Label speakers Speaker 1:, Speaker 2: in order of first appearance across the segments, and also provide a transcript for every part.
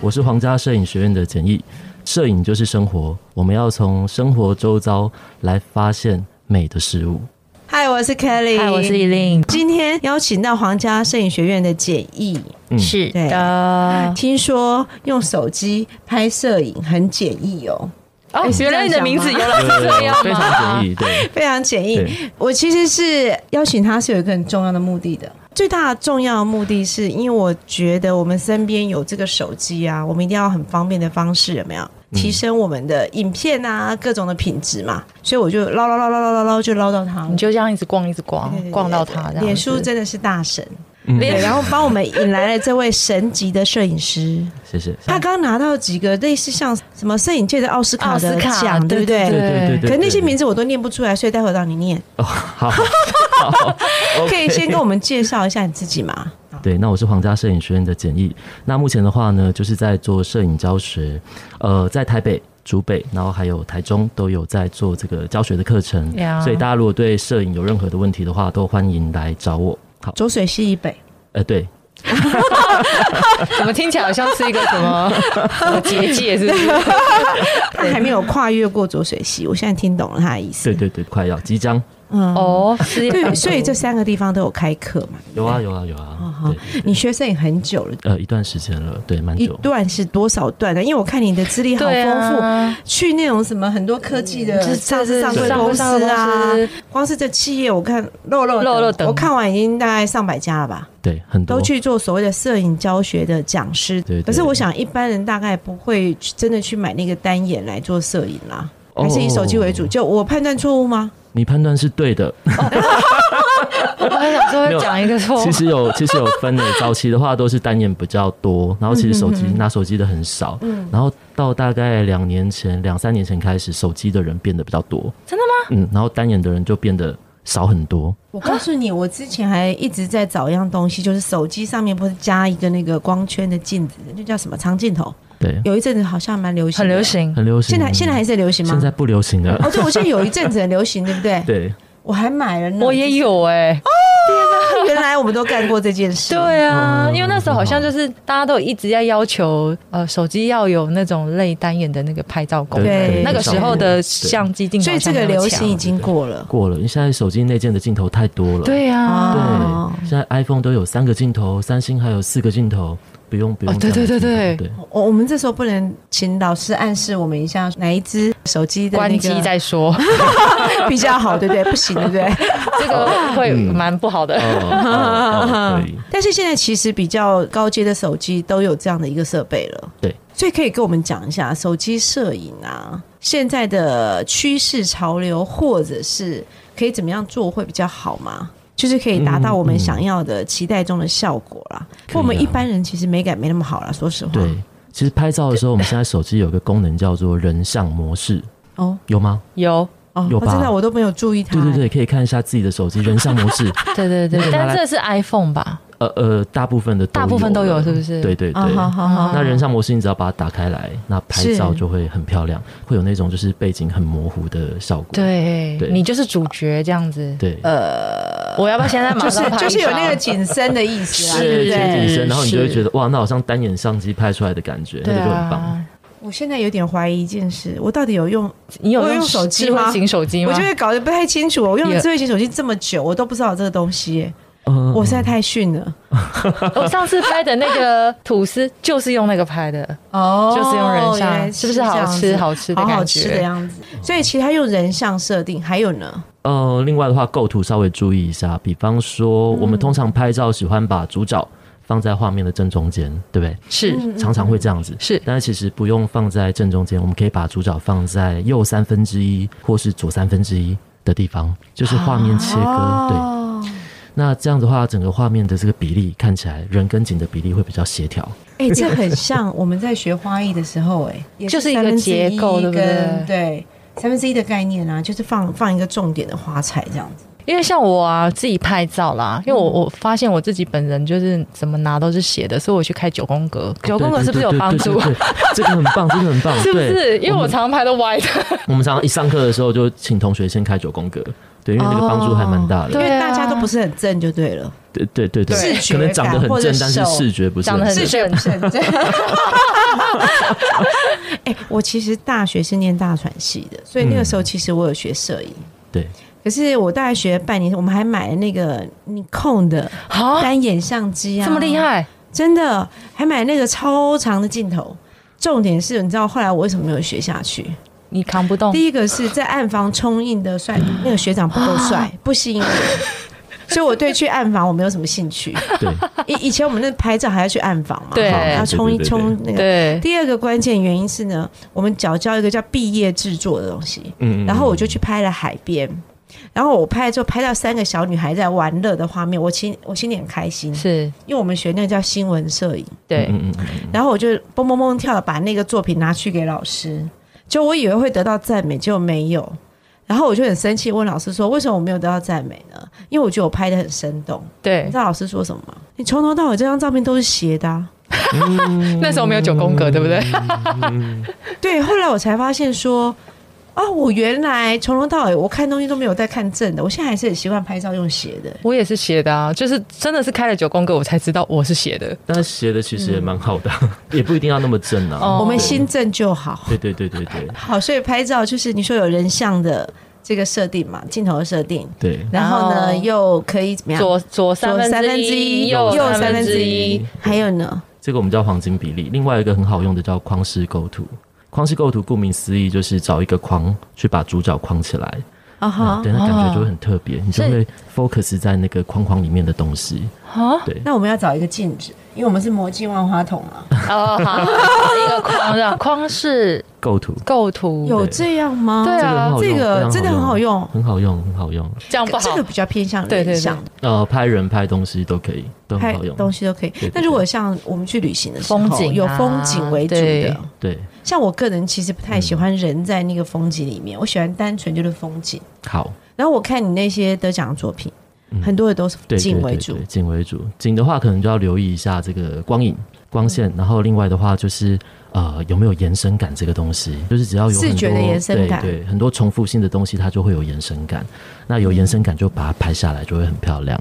Speaker 1: 我是皇家摄影学院的简易，摄影就是生活，我们要从生活周遭来发现美的事物。
Speaker 2: 嗨，我是 Kelly，
Speaker 3: 嗨，我是依令，
Speaker 2: 今天邀请到皇家摄影学院的简易。
Speaker 1: 嗯
Speaker 3: 是
Speaker 2: 对
Speaker 3: 的。
Speaker 2: 听说用手机拍摄影很简易哦，
Speaker 3: 哦
Speaker 2: 是这样讲吗
Speaker 3: 来
Speaker 1: 非常简易， 对，
Speaker 2: 非常简易
Speaker 1: 对。
Speaker 2: 我其实是邀请他是有一个很重要的目的的，最大的重要的目的是因为我觉得我们身边有这个手机啊，我们一定要很方便的方式，有没有？提升我们的影片啊，各种的品质嘛，所以我就捞捞捞捞捞捞捞就捞到它了
Speaker 3: 你，就这样一直逛，一直逛
Speaker 2: 对对，对
Speaker 3: 逛到
Speaker 2: 对
Speaker 3: 他
Speaker 2: 对
Speaker 3: 这样子。
Speaker 2: 脸书真的是大神，
Speaker 1: 嗯，
Speaker 2: 对，然后帮我们引来了这位神级的摄影师，
Speaker 1: 谢谢。
Speaker 2: 他刚拿到几个类似像什么摄影界的奥斯卡的
Speaker 3: 奥斯卡
Speaker 2: 奖，对不
Speaker 3: 对
Speaker 2: 对？
Speaker 1: 对对对对，
Speaker 2: 可那些名
Speaker 1: 字
Speaker 2: 字我都念不出来，所以待会让你念。
Speaker 1: 哦好，
Speaker 2: 可以先跟我们介绍一下你自己吗？
Speaker 1: 对，那我是皇家摄影学院的简易。那目前的话呢，就是在做摄影教学，呃，在台北、竹北，然后还有台中都有在做这个教学的课程。
Speaker 3: 呀
Speaker 1: 所以大家如果对摄影有任何的问题的话，都欢迎来找我。好，
Speaker 2: 浊水溪 以北，
Speaker 1: 呃，对，
Speaker 3: 怎么听起来好像是一个什么什么结界，是不
Speaker 2: 啊
Speaker 3: 是？
Speaker 2: 他还没有跨越过浊水溪，我现在听懂了他的意思。
Speaker 1: 对对对，快要即将
Speaker 2: 嗯，
Speaker 3: 哦，是
Speaker 2: 对，所以这三个地方都有开课嘛。
Speaker 1: 有啊有啊有啊，对，
Speaker 2: 你学摄影很久了，
Speaker 1: 呃，一段时间了，对，蛮
Speaker 2: 一
Speaker 1: 久。
Speaker 2: 段是多少段呢？因为我看你的资历好
Speaker 3: 对
Speaker 2: 丰富，
Speaker 3: 啊，嗯
Speaker 2: 去那种什么很多科技的
Speaker 3: 就是
Speaker 2: 上市上
Speaker 3: 上
Speaker 2: 柜公司啊
Speaker 3: 上市公，
Speaker 2: 光是这企业我看肉肉
Speaker 3: 肉肉等
Speaker 2: 我看完已经大概上百家了吧。
Speaker 1: 对，很多
Speaker 2: 都去做所谓的摄影教学的讲师。
Speaker 1: 对对
Speaker 2: 可是我想一般人大概不会去真的去买那个单眼来做摄影啦。
Speaker 1: 哦
Speaker 2: 还是以手机为主，就我判断错误吗？
Speaker 1: 你判断是对 的。
Speaker 3: 我还想说
Speaker 1: 没有
Speaker 3: 讲一个
Speaker 2: 哦
Speaker 3: 错
Speaker 1: 其，实有，其实有分的。早期的话都是单眼比较多，然后其实手
Speaker 2: 嗯
Speaker 1: 机拿手机的很少。然后到大概两年前、两三年前开始，手机的人变得比较多。
Speaker 3: 真的吗？
Speaker 1: 嗯，然后单眼的人就变得少很多。
Speaker 2: 我告诉你，我之前还一直在找一样东西，就是手机上面不是加一个那个光圈的镜子，那叫什么长镜头？
Speaker 1: 对，
Speaker 2: 有一阵子好像蛮流行，
Speaker 3: 很流。行。
Speaker 1: 很嗯流
Speaker 2: 嗯
Speaker 1: 行。
Speaker 2: 现在现在还是流行吗？
Speaker 1: 现在不流行了。
Speaker 2: 哦，对，我记得有一阵子很流行，对不对？
Speaker 1: 对，
Speaker 2: 我还买了呢。
Speaker 3: 我 也有哎、
Speaker 2: 原来我们都干过这件事。
Speaker 3: 对啊，
Speaker 1: 嗯
Speaker 3: 因为那时候好像就是大家都一直在要求，呃，手机要有那种类单眼的那个拍照功能。
Speaker 2: 对
Speaker 3: 那个时候的相机镜头
Speaker 2: 所以
Speaker 3: 好
Speaker 2: 这
Speaker 3: 像没
Speaker 2: 个
Speaker 3: 有强，
Speaker 2: 流行已经过了。
Speaker 1: 过了，因为现在手机内建的镜头太多了。
Speaker 3: 对啊，
Speaker 1: 对
Speaker 2: 哦，
Speaker 1: 现在 iPhone 都有三个镜头，三星还有四个镜头，不用不用
Speaker 3: 哦
Speaker 1: 这
Speaker 3: 对
Speaker 1: 样的镜头。
Speaker 3: 对对对
Speaker 1: 对。
Speaker 2: 我我们这时候不能请老师暗示我们一下哪一只手机的、那
Speaker 3: 关
Speaker 2: 个
Speaker 3: 机再说，
Speaker 2: 比较好，对不对？不行，对不对？
Speaker 3: 这个会
Speaker 1: 嗯
Speaker 3: 蛮不好的。
Speaker 1: 哦哦哦可以。
Speaker 2: 嗯但是现在其实比较高阶的手机都有这样的一个设备了，
Speaker 1: 对，
Speaker 2: 所以可以跟我们讲一下手机摄影啊，现在的趋势潮流，或者是可以怎么样做会比较好吗？就是可以达到我们想要的、期待中的效果啦。
Speaker 1: 嗯可以啊
Speaker 2: 不过我们一般人其实美感没那么好啦，说实话。
Speaker 1: 对，其实拍照的时候，我们现在手机有个功能叫做人像模式，
Speaker 2: 哦
Speaker 1: 有吗？
Speaker 3: 有，
Speaker 2: 哦，
Speaker 1: 有
Speaker 2: 我
Speaker 1: 吧
Speaker 2: 真的我都没有注意它、
Speaker 1: 对对对，可以看一下自己的手机人像模 式。
Speaker 3: 对对对，但这是 iPhone 吧？
Speaker 1: 呃呃，大部分的
Speaker 3: 大部分都有
Speaker 1: 了
Speaker 3: 是不是嗯
Speaker 1: 对对对。
Speaker 2: 啊，好好好，
Speaker 1: 那人像模式，你只要把它打开来，那拍
Speaker 2: 是
Speaker 1: 照就会很漂亮，会有那种就是背景很模糊的效果。
Speaker 3: 对，呃
Speaker 1: 对
Speaker 3: 你就是主角这样子。
Speaker 1: 对，
Speaker 3: 我要不要现在马
Speaker 2: 就是
Speaker 3: 上拍一
Speaker 2: 就是有
Speaker 3: 张
Speaker 2: 那个紧身的意思啦，
Speaker 3: 啊
Speaker 2: 啊
Speaker 3: 是
Speaker 2: 对不
Speaker 1: 对，
Speaker 2: 对？
Speaker 1: 前景深，然后你就会
Speaker 3: 是
Speaker 1: 觉得哇，那好像单眼相机拍出来的感觉，那
Speaker 3: 对
Speaker 1: 个就很棒。
Speaker 3: 啊，
Speaker 2: 我现在有点怀疑一件事，我到底有用？
Speaker 3: 你有
Speaker 2: 我用手机
Speaker 3: 智慧
Speaker 2: 吗
Speaker 3: 型手机吗？
Speaker 2: 我就会搞得不太清楚。我用了
Speaker 3: 嗯也
Speaker 2: 智慧型手机这么久，我都不知道有这个东西耶，
Speaker 1: 嗯
Speaker 2: 我实在太逊了。
Speaker 3: 我上次拍的那个吐司就是用那个拍的，
Speaker 2: 哦
Speaker 3: 就是用人
Speaker 2: 原
Speaker 3: 像，
Speaker 2: 来
Speaker 3: 是不是
Speaker 2: 这
Speaker 3: 好
Speaker 2: 样
Speaker 3: 吃
Speaker 2: 子
Speaker 3: 好吃的
Speaker 2: 好好
Speaker 3: 感
Speaker 2: 吃的
Speaker 3: 觉？
Speaker 2: 样子？所以其他用人像设定，还有呢？
Speaker 1: 呃，另外的话，构图稍微注意一下，比方说，我们通常拍照喜欢把主角放在画面的正中间，对不对？
Speaker 3: 是
Speaker 1: 常常会这样子。
Speaker 3: 是
Speaker 1: 但是其实不用放在正中间，我们可以把主角放在右三分之一或是左三分之一的地方，就是画面切割。对，
Speaker 2: 哦，
Speaker 1: 那这样的话，整个画面的这个比例看起来人跟景的比例会比较协调。
Speaker 2: 哎、这很像我们在学花艺的时候、哎，也
Speaker 4: 就是一个结构
Speaker 2: 3分
Speaker 4: 对不
Speaker 2: 之一跟
Speaker 4: 对
Speaker 2: 对，三分之一的概念啊，就是放放一个重点的花材这样子。
Speaker 4: 因为像我啊，自己拍照啦，因为我我发现我自己本人就是怎么拿都是斜的，所以我去开九宫格，九宫格是不是有帮助
Speaker 1: 对？对对对对这个很棒，这个很棒，
Speaker 4: 是不
Speaker 1: 对
Speaker 4: 是？因为我
Speaker 1: 们
Speaker 4: 常常拍都歪的，
Speaker 1: 我们常常一上课的时候就请同学先开九宫格，对，因为那个帮助还蛮大的。
Speaker 4: 对啊
Speaker 2: 因为大家都不是很正就对了，
Speaker 1: 对对对
Speaker 2: 视
Speaker 1: 对，
Speaker 2: 觉
Speaker 1: 可能长得
Speaker 2: 感
Speaker 1: 很
Speaker 2: 或者
Speaker 1: 正，但是
Speaker 2: 手
Speaker 1: 视觉不是
Speaker 4: 长得很
Speaker 1: 正
Speaker 4: 视觉
Speaker 2: 不是很正。 哎、我其实大学是念大传系的，所以那个时候其实我有学摄影。
Speaker 1: 嗯对，
Speaker 2: 可是我大概学了半年，我们还买了那个你控的
Speaker 4: 啊，
Speaker 2: 单眼相机啊，
Speaker 4: 这么厉，害，
Speaker 2: 真的还买那个超长的镜头。重点是，你知道后来我为什么没有学下去？
Speaker 4: 你扛不动。
Speaker 2: 第一个是在暗房冲印的帅，那个学长不够 帅，不吸引我，所以我对去暗房我没有什么兴趣。
Speaker 1: 对，嗯
Speaker 2: 以以前我们那拍照还要去暗房嘛，
Speaker 4: 对
Speaker 2: 要冲一冲那个。
Speaker 4: 对，
Speaker 2: 第二个关键原因是呢，我们缴交一个叫毕业制作的东西，
Speaker 1: 嗯
Speaker 2: 然后我就去拍了海边，然后我拍了之后拍到三个小女孩在玩乐的画面，我心我心里很开心，
Speaker 4: 是，
Speaker 2: 因为我们学那个叫新闻摄影，
Speaker 4: 对，
Speaker 1: 嗯嗯嗯
Speaker 2: 然后我就蹦蹦蹦跳的把那个作品拿去给老师，就我以为会得到赞美，结果没有。然后我就很生气，问老师说：“为什么我没有得到赞美呢？因为我觉得我拍的很生动。”你
Speaker 4: 对
Speaker 2: 知。道老师说什么吗？你从头到尾这张照片都是斜的、啊。
Speaker 4: 那时候没有九宫格，对不对？
Speaker 2: 对，后来我才发现说，啊，我原来从头到尾我看东西都没有在看正的，我现在还是很习惯拍照用斜的。
Speaker 4: 我也是斜的啊，就是真的是开了九宫格，我才知道我是斜的。
Speaker 1: 但是斜的其实也蛮好的， 也不一定要那么正啊。
Speaker 4: 哦
Speaker 2: 嗯我们心正就好。
Speaker 1: 对对对对对
Speaker 2: 好，所以拍照就是你说有人像的这个设定嘛，镜头的设定，
Speaker 1: 对，
Speaker 2: 然后
Speaker 4: 然后
Speaker 2: 呢又可以怎么样？
Speaker 4: 左左三
Speaker 2: 左
Speaker 4: 分
Speaker 2: 三分之一，
Speaker 4: 一，
Speaker 2: 右
Speaker 4: 右
Speaker 2: 三
Speaker 4: 三
Speaker 2: 分
Speaker 4: 分
Speaker 2: 之
Speaker 4: 之
Speaker 2: 一
Speaker 4: 一。，
Speaker 2: 还有呢，
Speaker 1: 这个我们叫黄金比例。另外一个很好用的叫框式构图。框式构图顾名思义就是找一个框去把主角框起来，
Speaker 2: 啊哦哈
Speaker 1: 嗯，对，那感觉就会很特别，你就会 focus 在那个框框里面的东西。
Speaker 4: 啊
Speaker 1: 对，
Speaker 2: 那我们要找一个镜子，因为我们是魔镜万花筒啊，
Speaker 4: 哦，好，一个框这样，框是
Speaker 1: 构图
Speaker 4: 构图，
Speaker 2: 有这样吗？
Speaker 4: 对啊
Speaker 1: 这个
Speaker 2: 这个真的
Speaker 1: 很
Speaker 2: 很
Speaker 1: 好
Speaker 2: 好用
Speaker 1: 用，很好用，很好用。
Speaker 4: 这样哦不
Speaker 2: 这
Speaker 4: 好
Speaker 2: 个。比较偏向
Speaker 4: 对对
Speaker 2: 人
Speaker 4: 对
Speaker 2: 像，
Speaker 1: 呃，拍人拍东西都可以，都很
Speaker 2: 拍
Speaker 1: 好用。
Speaker 2: 东西都可以
Speaker 1: 对对。
Speaker 2: 那如果像我们去旅行的时候，
Speaker 4: 风景啊
Speaker 2: 有风景为主
Speaker 4: 对
Speaker 2: 的，
Speaker 1: 对，
Speaker 2: 像我个人其实不太喜欢人在那个风景里面，我喜欢单纯就是风景。
Speaker 1: 好，
Speaker 2: 然后我看你那些得奖的作品，
Speaker 1: 嗯
Speaker 2: 很多的都是
Speaker 1: 对，
Speaker 2: 景
Speaker 1: 对
Speaker 2: 为
Speaker 1: 对
Speaker 2: 主
Speaker 1: 对，景为主。景的话，可能就要留意一下这个光影、光
Speaker 2: 嗯
Speaker 1: 线，然后另外的话就是呃有没有延伸感这个东西，就是只要有
Speaker 2: 视
Speaker 1: 很
Speaker 2: 觉
Speaker 1: 多
Speaker 2: 的延伸感
Speaker 1: 对对，很多重复性的东西它就会有延伸感。那有延伸感就把它拍下来，就会很漂亮。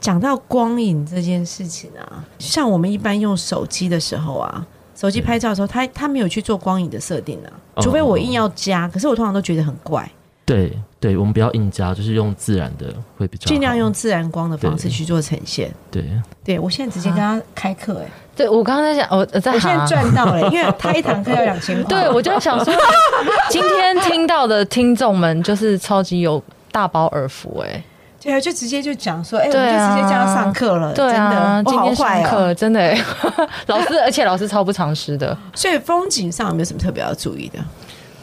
Speaker 2: 讲到光影这件事情啊，像我们一般用手机的时候啊，手机拍照的时候，它它没有去做光影的设定啊，
Speaker 1: 哦
Speaker 2: 除非我硬要加，可是我通常都觉得很怪，
Speaker 1: 对对，我们不要硬加，就是用自然的会比较好
Speaker 2: 尽量用自然光的方式
Speaker 1: 对
Speaker 2: 去做呈现。
Speaker 1: 对。
Speaker 2: 对我现在直
Speaker 4: 啊
Speaker 2: 接跟他开课哎、
Speaker 4: 对，我刚刚在想，我我在
Speaker 2: 我现在
Speaker 4: 行。啊
Speaker 2: 赚到了、因为他一堂课要两千块。
Speaker 4: 对，我就在想说，今天听到的听众们就是超级有大饱耳福 哎、
Speaker 2: 对啊，就直接就讲说，哎、我
Speaker 4: 对
Speaker 2: 们就
Speaker 4: 啊
Speaker 2: 直接叫他上课了，
Speaker 4: 对啊，
Speaker 2: 真
Speaker 4: 今
Speaker 2: 的，我好
Speaker 4: 天上
Speaker 2: 坏
Speaker 4: 课、
Speaker 2: 哦。
Speaker 4: 真的、 欸，老师，而且老师超不常识 的，
Speaker 2: 所以风景上有没有什么特别要注意的？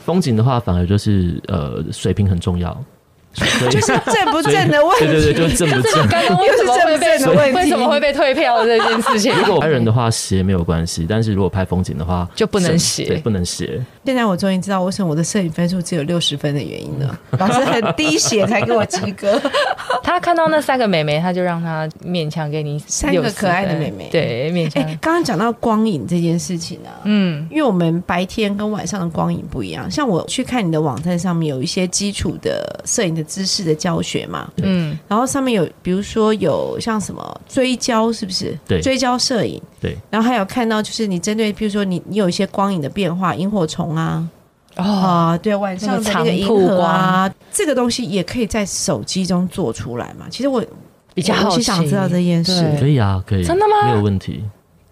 Speaker 1: 风景的话，反而就是呃水平很重要，所以
Speaker 2: 就是正不正的问
Speaker 1: 对
Speaker 2: 题。
Speaker 1: 对对，就是正不正。
Speaker 4: 刚刚为什么会被
Speaker 2: 又是正不正的问题
Speaker 4: 为什么会被退票这件事情？
Speaker 1: 如果拍人的话，斜没有关系，但是如果拍风景的话，
Speaker 4: 就不能
Speaker 1: 是
Speaker 4: 斜
Speaker 1: 对，不能斜。
Speaker 2: 现在我终于知道为什么我的摄影分数只有六十分的原因 了。老师很滴血才给我及格。
Speaker 4: 他看到那三个妹妹，他就让她勉强给你
Speaker 2: 三个
Speaker 4: 60
Speaker 2: 可爱的
Speaker 4: 分
Speaker 2: 妹妹
Speaker 4: 对，勉
Speaker 2: 哎、
Speaker 4: 强。
Speaker 2: 刚刚讲到光影这件事情啊，
Speaker 4: 嗯，
Speaker 2: 因为我们白天跟晚上的光影不一样。像我去看你的网站上面有一些基础的摄影的知识的教学嘛，
Speaker 4: 嗯，
Speaker 2: 然后上面有，比如说有像什么追焦，是不是？
Speaker 1: 对
Speaker 2: 追焦摄影。
Speaker 1: 对，
Speaker 2: 然后还有看到就是你针对，比如说你你有一些光影的变化，萤火虫啊，
Speaker 4: 哦，
Speaker 2: 啊、对，晚上的那个银河啊，这个东西也可以在手机中做出来嘛。其实我
Speaker 4: 比较
Speaker 2: 我
Speaker 4: 好
Speaker 2: 是
Speaker 4: 奇，
Speaker 2: 想知道这件事，
Speaker 4: 对
Speaker 1: 可以啊，可以，
Speaker 4: 真的吗
Speaker 1: 没有问题。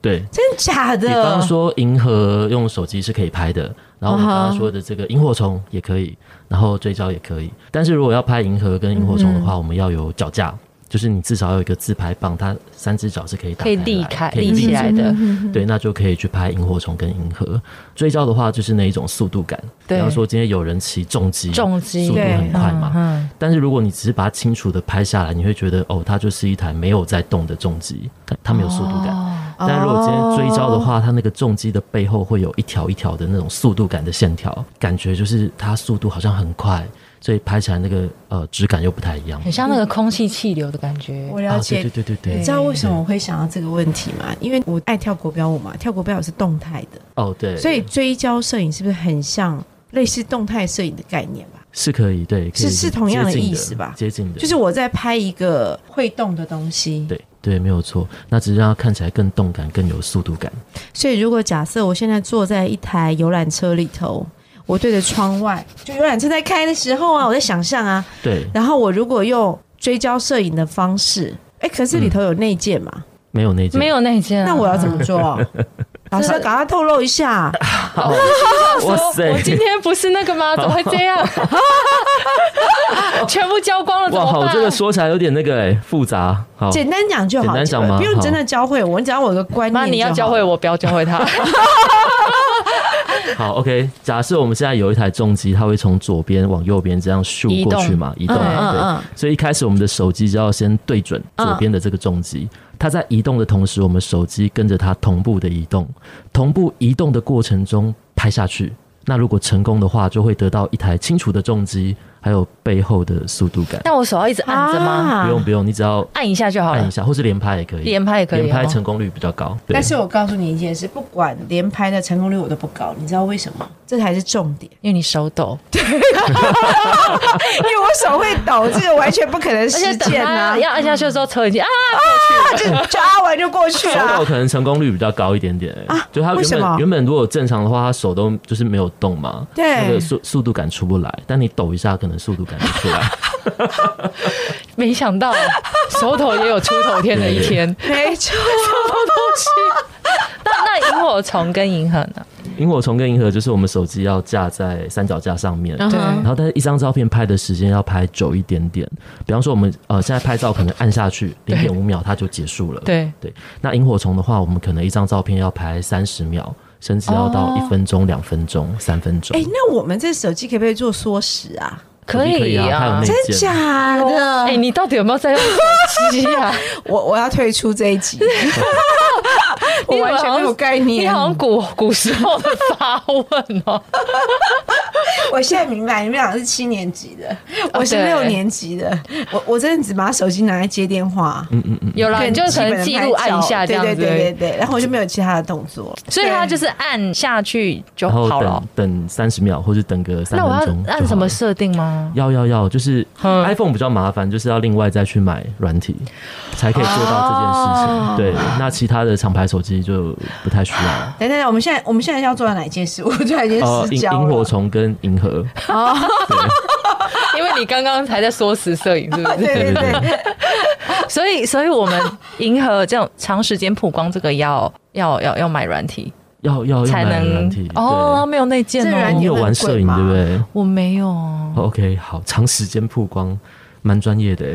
Speaker 1: 对，
Speaker 2: 真的假
Speaker 1: 比方
Speaker 2: 的？
Speaker 1: 说银河用手机是可以拍的，然后我们刚
Speaker 2: 啊
Speaker 1: 刚
Speaker 2: 哈
Speaker 1: 说的这个萤火虫
Speaker 4: 嗯
Speaker 1: 也可以，然后追焦也可以。但是如果要拍银河跟萤火虫的话，我们要有脚架，就是你至少有一个自拍棒，它三只脚是可以打
Speaker 4: 可以
Speaker 1: 开
Speaker 4: 立
Speaker 1: 来
Speaker 4: 开
Speaker 1: 可以
Speaker 4: 立起来的，
Speaker 1: 对，那就可以去拍萤火虫跟银河。追焦的话，就是那一种速度感。
Speaker 4: 对
Speaker 1: 比方说今天有人骑重机，
Speaker 4: 重机
Speaker 1: 速度
Speaker 2: 对
Speaker 1: 很快嘛。
Speaker 4: 嗯，
Speaker 1: 但是如果你只是把它清楚的拍下来，你会觉得哦，它就是一台没有在动的重机，它它没有速度感。
Speaker 4: 哦
Speaker 1: 但如果今天追焦的话，它那个重机的背后会有一条一条的那种速度感的线条，感觉就是它速度好像很快，所以拍起来那个呃质感又不太一样。
Speaker 4: 很像那个空气气流的感觉。
Speaker 2: 我了解
Speaker 1: 啊，对对对对
Speaker 2: 你
Speaker 1: 对，
Speaker 2: 知道为什么我会想到这个问题吗？因为我爱跳国标舞嘛，跳国标舞是动态的，
Speaker 1: 哦对，
Speaker 2: 所以追焦摄影是不是很像类似动态摄影的概念吧？
Speaker 1: 是可以对，可以
Speaker 2: 是是同样的
Speaker 1: 接近
Speaker 2: 意思吧
Speaker 1: 接近的，
Speaker 2: 就是我在拍一个会动的东西。
Speaker 1: 对对，没有错。那只是让它看起来更动感，更有速度感。
Speaker 2: 所以如果假设我现在坐在一台游览车里头，我对着窗外，就游览车在开的时候啊，我在想象啊，
Speaker 1: 对，
Speaker 2: 然后我如果用追焦摄影的方式，哎，可是里头有内建嘛，
Speaker 1: 没有那件
Speaker 4: 没有那一
Speaker 1: 嗯
Speaker 4: 件啊，
Speaker 2: 那我要怎么 做？老师，赶快透露一下。
Speaker 1: 哇
Speaker 4: 说？哦我
Speaker 1: 塞。
Speaker 4: 今天不是那个吗？怎么会这样？ 全部浇光了怎
Speaker 1: 哇，
Speaker 4: 么
Speaker 1: 好，
Speaker 4: 办？
Speaker 1: 这个说起来有点那个哎、复杂。好，
Speaker 2: 简单讲就好，
Speaker 1: 简单讲吗
Speaker 2: 不用真的教会我，你只要我有个观念就
Speaker 4: 妈，
Speaker 2: 好。
Speaker 4: 你要教会我，不要教会 他。
Speaker 1: 好，OK。假设我们现在有一台重机，它会从左边往右边这样竖
Speaker 4: 移动
Speaker 1: 过去嘛，移动。
Speaker 4: 嗯嗯
Speaker 1: 对
Speaker 2: 嗯
Speaker 1: 所以一开始我们的手机就要先对准左边的这个重机，它在移动的同时，我们手机跟着它同步的移动，同步移动的过程中拍下去。那如果成功的话，就会得到一台清楚的重机，还有背后的速度感。
Speaker 4: 那我手要一直嗯按着吗？
Speaker 1: 啊不用不用，你只要
Speaker 4: 按一下就好
Speaker 1: 按一
Speaker 4: 了，
Speaker 1: 下，或是连拍也可以，
Speaker 4: 连拍也可以哦。
Speaker 1: 连拍成功率比较高。对
Speaker 2: 但是我告诉你一件事，不管连拍的成功率我都不高，你知道为什么？这才是重点，
Speaker 4: 因为你手抖，
Speaker 2: 因为我手会抖，这个完全不可能
Speaker 4: 而
Speaker 2: 实
Speaker 4: 且等
Speaker 2: 践
Speaker 4: 他
Speaker 2: 啊！
Speaker 4: 要按下去的时候，车已经啊，
Speaker 2: 就就阿完就过去
Speaker 1: 手抖
Speaker 2: 了。
Speaker 1: 可能成功率比较高一点点、
Speaker 2: 啊
Speaker 1: 就他
Speaker 2: 为
Speaker 1: 原
Speaker 2: 什
Speaker 1: 本
Speaker 2: 么
Speaker 1: 原本如果正常的话，他手都就是没有动嘛，
Speaker 2: 对
Speaker 1: 那个速速度感出不来，但你抖一下，可能速度感就 出来。
Speaker 4: 没想到手抖也有出头天的一天。
Speaker 2: 没错，
Speaker 4: 那那萤火虫跟银河呢？
Speaker 1: 萤火虫跟银河就是我们手机要架在三脚架上
Speaker 2: 嗯
Speaker 1: 面。
Speaker 4: 对
Speaker 1: 然后，但是一张照片拍的时间要拍久一点点。比方说，我们呃现在拍照可能按 下去零点五秒它就结束了。
Speaker 4: 对
Speaker 1: 对，那萤火虫的话，我们可能一张照片要拍三十秒，甚至要到一分钟、两、分钟、三分钟。
Speaker 2: 哦哎，那我们这手机可不可以做缩时啊？
Speaker 4: 可以
Speaker 1: 它有
Speaker 4: 啊
Speaker 1: 内。
Speaker 2: 真
Speaker 1: 建
Speaker 2: 假的？
Speaker 4: 哎、你到底有没有在用手机啊？
Speaker 2: 我我要退出这一 集，我完全没有概
Speaker 4: 你
Speaker 2: 念。
Speaker 4: 好像古 古时候的发问哦。
Speaker 2: 我现在明白，你们俩是七年级的，我是
Speaker 4: 对
Speaker 2: 六年级的。我我真的只把手机拿来接电话，嗯，
Speaker 4: 有啦，你就可能记录按一下这样子，
Speaker 2: 对对对对对，然后我就没有其他的动作，
Speaker 4: 所以它就是按下去就
Speaker 1: 然后
Speaker 4: 哦好了
Speaker 1: 等。等三十秒，或是等个三
Speaker 4: 那我
Speaker 1: 分钟就好
Speaker 4: 要
Speaker 1: 了。
Speaker 4: 按什么设定吗？
Speaker 1: 要要要，就是
Speaker 4: 嗯
Speaker 1: iPhone 比较麻烦，就是要另外再去买软体，才可以做到这件事情。
Speaker 4: 哦
Speaker 1: 对，那其他的厂牌手机就不太需要 了。
Speaker 2: 等等等，我们现在我们现在要做到哪一件事？我 突然间
Speaker 1: 哦，
Speaker 2: 失
Speaker 1: 萤
Speaker 2: 焦
Speaker 1: 萤火
Speaker 2: 了。
Speaker 1: 虫跟银河，
Speaker 4: 因为你刚刚还在说时摄影， 是不是？
Speaker 2: 对对
Speaker 1: 对
Speaker 2: 对，
Speaker 4: 所以，所以我们迎合这种长时间曝光，这个要要要要买软体
Speaker 1: 要要要
Speaker 4: 才
Speaker 1: 买
Speaker 4: 能
Speaker 1: 软体。
Speaker 4: 哦，
Speaker 1: 对，
Speaker 4: 没有内建
Speaker 2: 这软
Speaker 1: 你
Speaker 2: 体
Speaker 4: 哦，
Speaker 1: 有玩摄影对不对
Speaker 4: 我没有 啊
Speaker 1: 哦？OK，好，长时间曝光，蛮专业 的。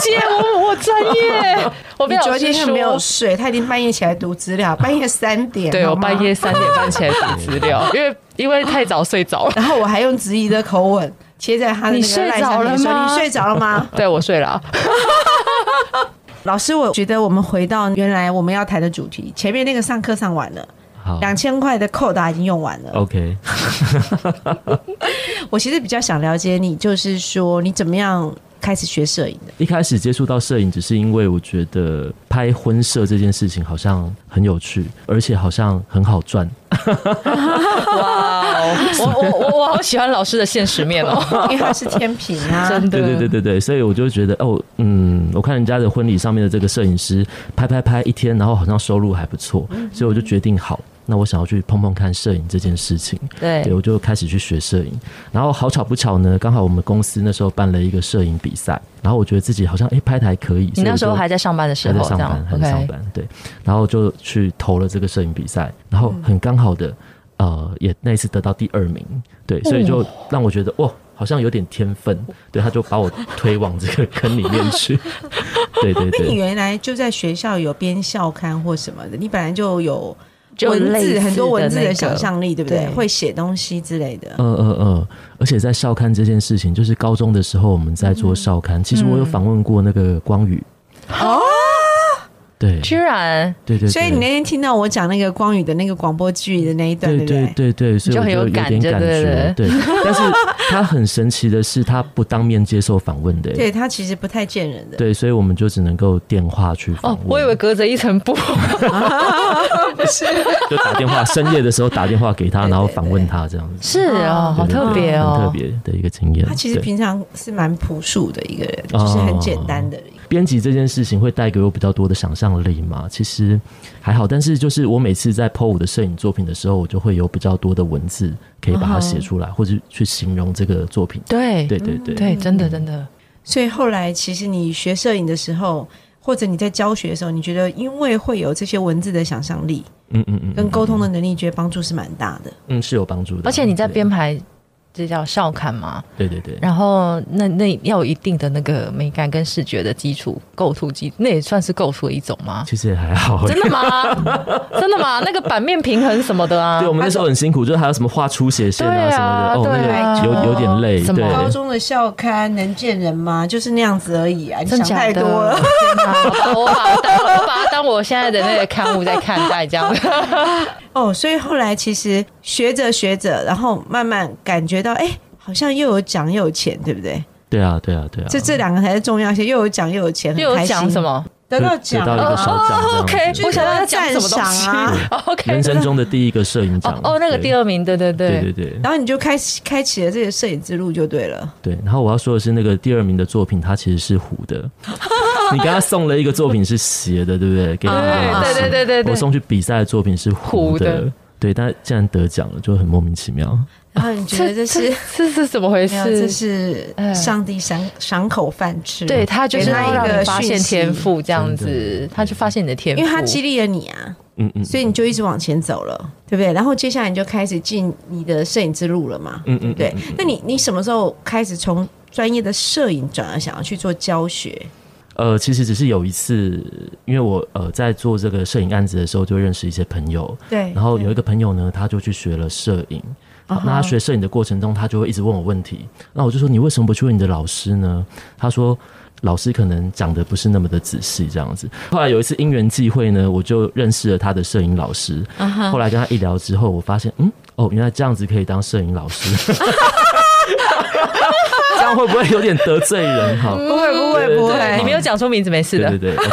Speaker 4: 姐，我我专业，我被
Speaker 2: 你
Speaker 4: 老
Speaker 2: 昨
Speaker 4: 师
Speaker 2: 天是没有
Speaker 4: 说。
Speaker 2: 睡，他已经半夜起来读资料，半夜三点，
Speaker 4: 对
Speaker 2: 好
Speaker 4: 我
Speaker 2: 吗
Speaker 4: 半夜，三点半起来读资 料，因为因为太早睡着了。
Speaker 2: 然后我还用质疑的口吻贴在他的那
Speaker 4: 你
Speaker 2: 个
Speaker 4: 睡
Speaker 2: LINE
Speaker 4: 着
Speaker 2: 上面
Speaker 4: 了
Speaker 2: 说：“
Speaker 4: 吗
Speaker 2: 你睡着了吗？”
Speaker 4: 对我睡了啊，
Speaker 2: 老师，我觉得我们回到原来我们要谈的主题，前面那个上课上完了，
Speaker 1: 好
Speaker 2: 两千块的扣打已经用完了。
Speaker 1: ，OK，
Speaker 2: 我其实比较想了解你，就是说你怎么样开始学摄影的？
Speaker 1: 一开始接触到摄影，只是因为我觉得拍婚摄这件事情好像很有趣，而且好像很好赚。
Speaker 4: 哇哦！我我我我好喜欢老师的现实面哦，
Speaker 2: 因为他是天平 啊，
Speaker 4: 真的。
Speaker 1: 对对对对对，所以我就觉得哦，嗯，我看人家的婚礼上面的这个摄影师拍拍拍一天，然后好像收入还不错，
Speaker 4: 嗯
Speaker 1: 所以我就决定好，那我想要去碰碰看摄影这件事情。
Speaker 4: 对
Speaker 1: 对，我就开始去学摄影，然后好巧不巧呢，刚好我们公司那时候办了一个摄影比赛，然后我觉得自己好像哎拍的还可以，
Speaker 4: 你
Speaker 1: 所以
Speaker 4: 那
Speaker 1: 我
Speaker 4: 时候
Speaker 1: 就
Speaker 4: 还在上班的时
Speaker 1: 还在
Speaker 4: 候，这
Speaker 1: 上班
Speaker 4: 样，
Speaker 1: 还在上
Speaker 4: OK？
Speaker 1: 班，对，然后就去投了这个摄影比赛，然
Speaker 4: 嗯嗯
Speaker 1: 后很刚好的，呃，也那一次得到第二名，对，所以就让我觉得哇，好像有点天分，对，他就把我推往这个坑里面 去。对对
Speaker 2: 因为你
Speaker 1: 对，
Speaker 2: 原来就在学校有编校刊或什么的，你本来就有
Speaker 4: 就
Speaker 2: 文
Speaker 4: 类似
Speaker 2: 字
Speaker 4: 的
Speaker 2: 很多文字
Speaker 4: 那
Speaker 2: 的
Speaker 4: 个
Speaker 2: 想象力，对不对？
Speaker 4: 对
Speaker 2: 会写东西之类的。
Speaker 1: 嗯嗯嗯，而且在校刊这件事情，就是高中的时候我们在做校刊，其实我有访问过那个光宇。
Speaker 2: 哦，
Speaker 1: 对
Speaker 4: 居然
Speaker 1: 对对对，
Speaker 2: 所以你那天听到我讲那个光宇的那个广播剧的那一段，
Speaker 1: 对
Speaker 2: 不
Speaker 1: 对
Speaker 2: 对？
Speaker 1: 对对，所以
Speaker 4: 就
Speaker 1: 我
Speaker 4: 很有
Speaker 1: 有
Speaker 4: 感
Speaker 1: 点
Speaker 4: 就
Speaker 1: 感
Speaker 4: 对
Speaker 1: 觉
Speaker 4: 了，
Speaker 1: 对。但是他很神奇的是，他不当面接受访问的，
Speaker 2: 对他其实不太见人的，
Speaker 1: 对，所以我们就只能够电话去访
Speaker 4: 哦
Speaker 1: 问。，
Speaker 4: 我以为隔着一层布，
Speaker 1: 就打电话，深夜的时候打电话给 他，然后访问他这样子。
Speaker 4: 是哦，好
Speaker 1: 对对
Speaker 4: 特
Speaker 1: 对
Speaker 4: 别
Speaker 1: 很特
Speaker 4: 哦，
Speaker 1: 别的一个经验。
Speaker 2: 他其实
Speaker 1: 对
Speaker 2: 平常是蛮朴素的一个人，就是很简单的人。
Speaker 1: 编辑这件事情会带给我比较多的想象力嘛，其实还好，但是就是我每次在 PO 我的摄影作品的时候，我就会有比较多的文字可以把它写出来，或者去形容这个作品。
Speaker 4: 哦对嗯
Speaker 1: 对对对，
Speaker 4: 对，真的真的，
Speaker 2: 所以后来其实你学摄影的时候，或者你在教学的时候，你觉得因为会有这些文字的想象力
Speaker 1: 嗯嗯嗯，
Speaker 2: 跟沟通的能力，觉得帮助是蛮大的。
Speaker 1: 嗯是有帮助的啊。
Speaker 4: 而且你在
Speaker 1: 对
Speaker 4: 编排。这叫校刊嘛，
Speaker 1: 对对对，
Speaker 4: 然后那那要有一定的那个美感跟视觉的基础，构图基，那也算是构图的一种吗？
Speaker 1: 其实也还好欸。
Speaker 4: 真 的吗？真的吗？那个版面平衡什么的啊
Speaker 1: 对，我，们那时候很辛苦，就是还有什么画粗斜线
Speaker 4: 对
Speaker 1: 啊
Speaker 4: 啊
Speaker 1: 什么的，
Speaker 4: 对
Speaker 2: 啊
Speaker 1: 哦，那个有有点累，
Speaker 4: 什么
Speaker 1: 对，
Speaker 2: 高中的校刊能见人吗？就是那样子而已啊！你
Speaker 4: 真
Speaker 2: 想
Speaker 4: 的假
Speaker 2: 太
Speaker 4: 的
Speaker 2: 多了。
Speaker 4: 天哪我把它当我把它当我现在的那个刊物在看待 这样。
Speaker 2: 哦，所以后来其实学着学着，然后慢慢感觉到，哎、好像又有奖又有钱，对不对？
Speaker 1: 对啊，对啊，对啊，
Speaker 2: 这这两个才是重要些，又有奖又有钱，很
Speaker 4: 又
Speaker 2: 开
Speaker 4: 有
Speaker 2: 心
Speaker 4: 讲什？么？
Speaker 2: 得到
Speaker 1: 得
Speaker 2: 奖
Speaker 1: 到一个
Speaker 2: 啊！
Speaker 1: 小奖这样子
Speaker 4: 哦，OK，我想到
Speaker 2: 就是
Speaker 4: 讲什么东西
Speaker 2: 赞赏啊
Speaker 4: 哦？OK，
Speaker 1: 人生中的第一个摄影奖
Speaker 4: 哦哦，那个
Speaker 1: 对
Speaker 4: 第二名，对对对，
Speaker 1: 对对对
Speaker 2: 然后你就开始开启了这个摄影之路，就对了。
Speaker 1: 对。然后我要说的是，那个第二名的作品，它其实是糊 的。你给他送了一个作品是斜的，对不对？给你
Speaker 4: 啊对对对对对
Speaker 1: 我送去比赛的作品是糊
Speaker 4: 糊的
Speaker 1: 对，但竟然得奖了，就很莫名其妙。
Speaker 2: 然后你觉得这是
Speaker 4: 啊这是怎么回
Speaker 2: 没有，这
Speaker 4: 事？
Speaker 2: 是上帝赏赏口饭吃，
Speaker 4: 对他就是
Speaker 2: 给
Speaker 4: 要
Speaker 2: 他一
Speaker 4: 让
Speaker 2: 个
Speaker 4: 你发现
Speaker 2: 讯息
Speaker 4: 天，赋这样
Speaker 1: 真
Speaker 4: 子，他就发现你的天赋，
Speaker 2: 因为他 激励了你啊，
Speaker 1: 嗯嗯，
Speaker 2: 所以你就一直往前走了，对不对？然后接下来你就开始进你的摄影之路了嘛，
Speaker 1: 嗯嗯，嗯
Speaker 2: 对。那你你什么时候开始从专业的摄影转而想要去做教学？
Speaker 1: 呃，其实只是有一次，因为我呃在做这个摄影案子的时候，就认识一些朋友，
Speaker 2: 对嗯
Speaker 1: 然后有一个朋友呢，他就去学了摄影。好那他学摄影的过程中，他就会一直问我问题。那我就说：“你为什么不去问你的老师呢？”他说：“老师可能讲的不是那么的仔细，这样子。”后来有一次因缘际会呢，我就认识了他的摄影老师。
Speaker 2: 嗯
Speaker 1: 后来跟他一聊之后，我发现，嗯，哦，原来这样子可以当摄影老师。 这样会不会有点得罪人？哈，
Speaker 2: 不会不会哎不
Speaker 1: 对
Speaker 4: 你没
Speaker 2: 会，
Speaker 4: 有讲出名字，没事的
Speaker 1: 对。对对，OK。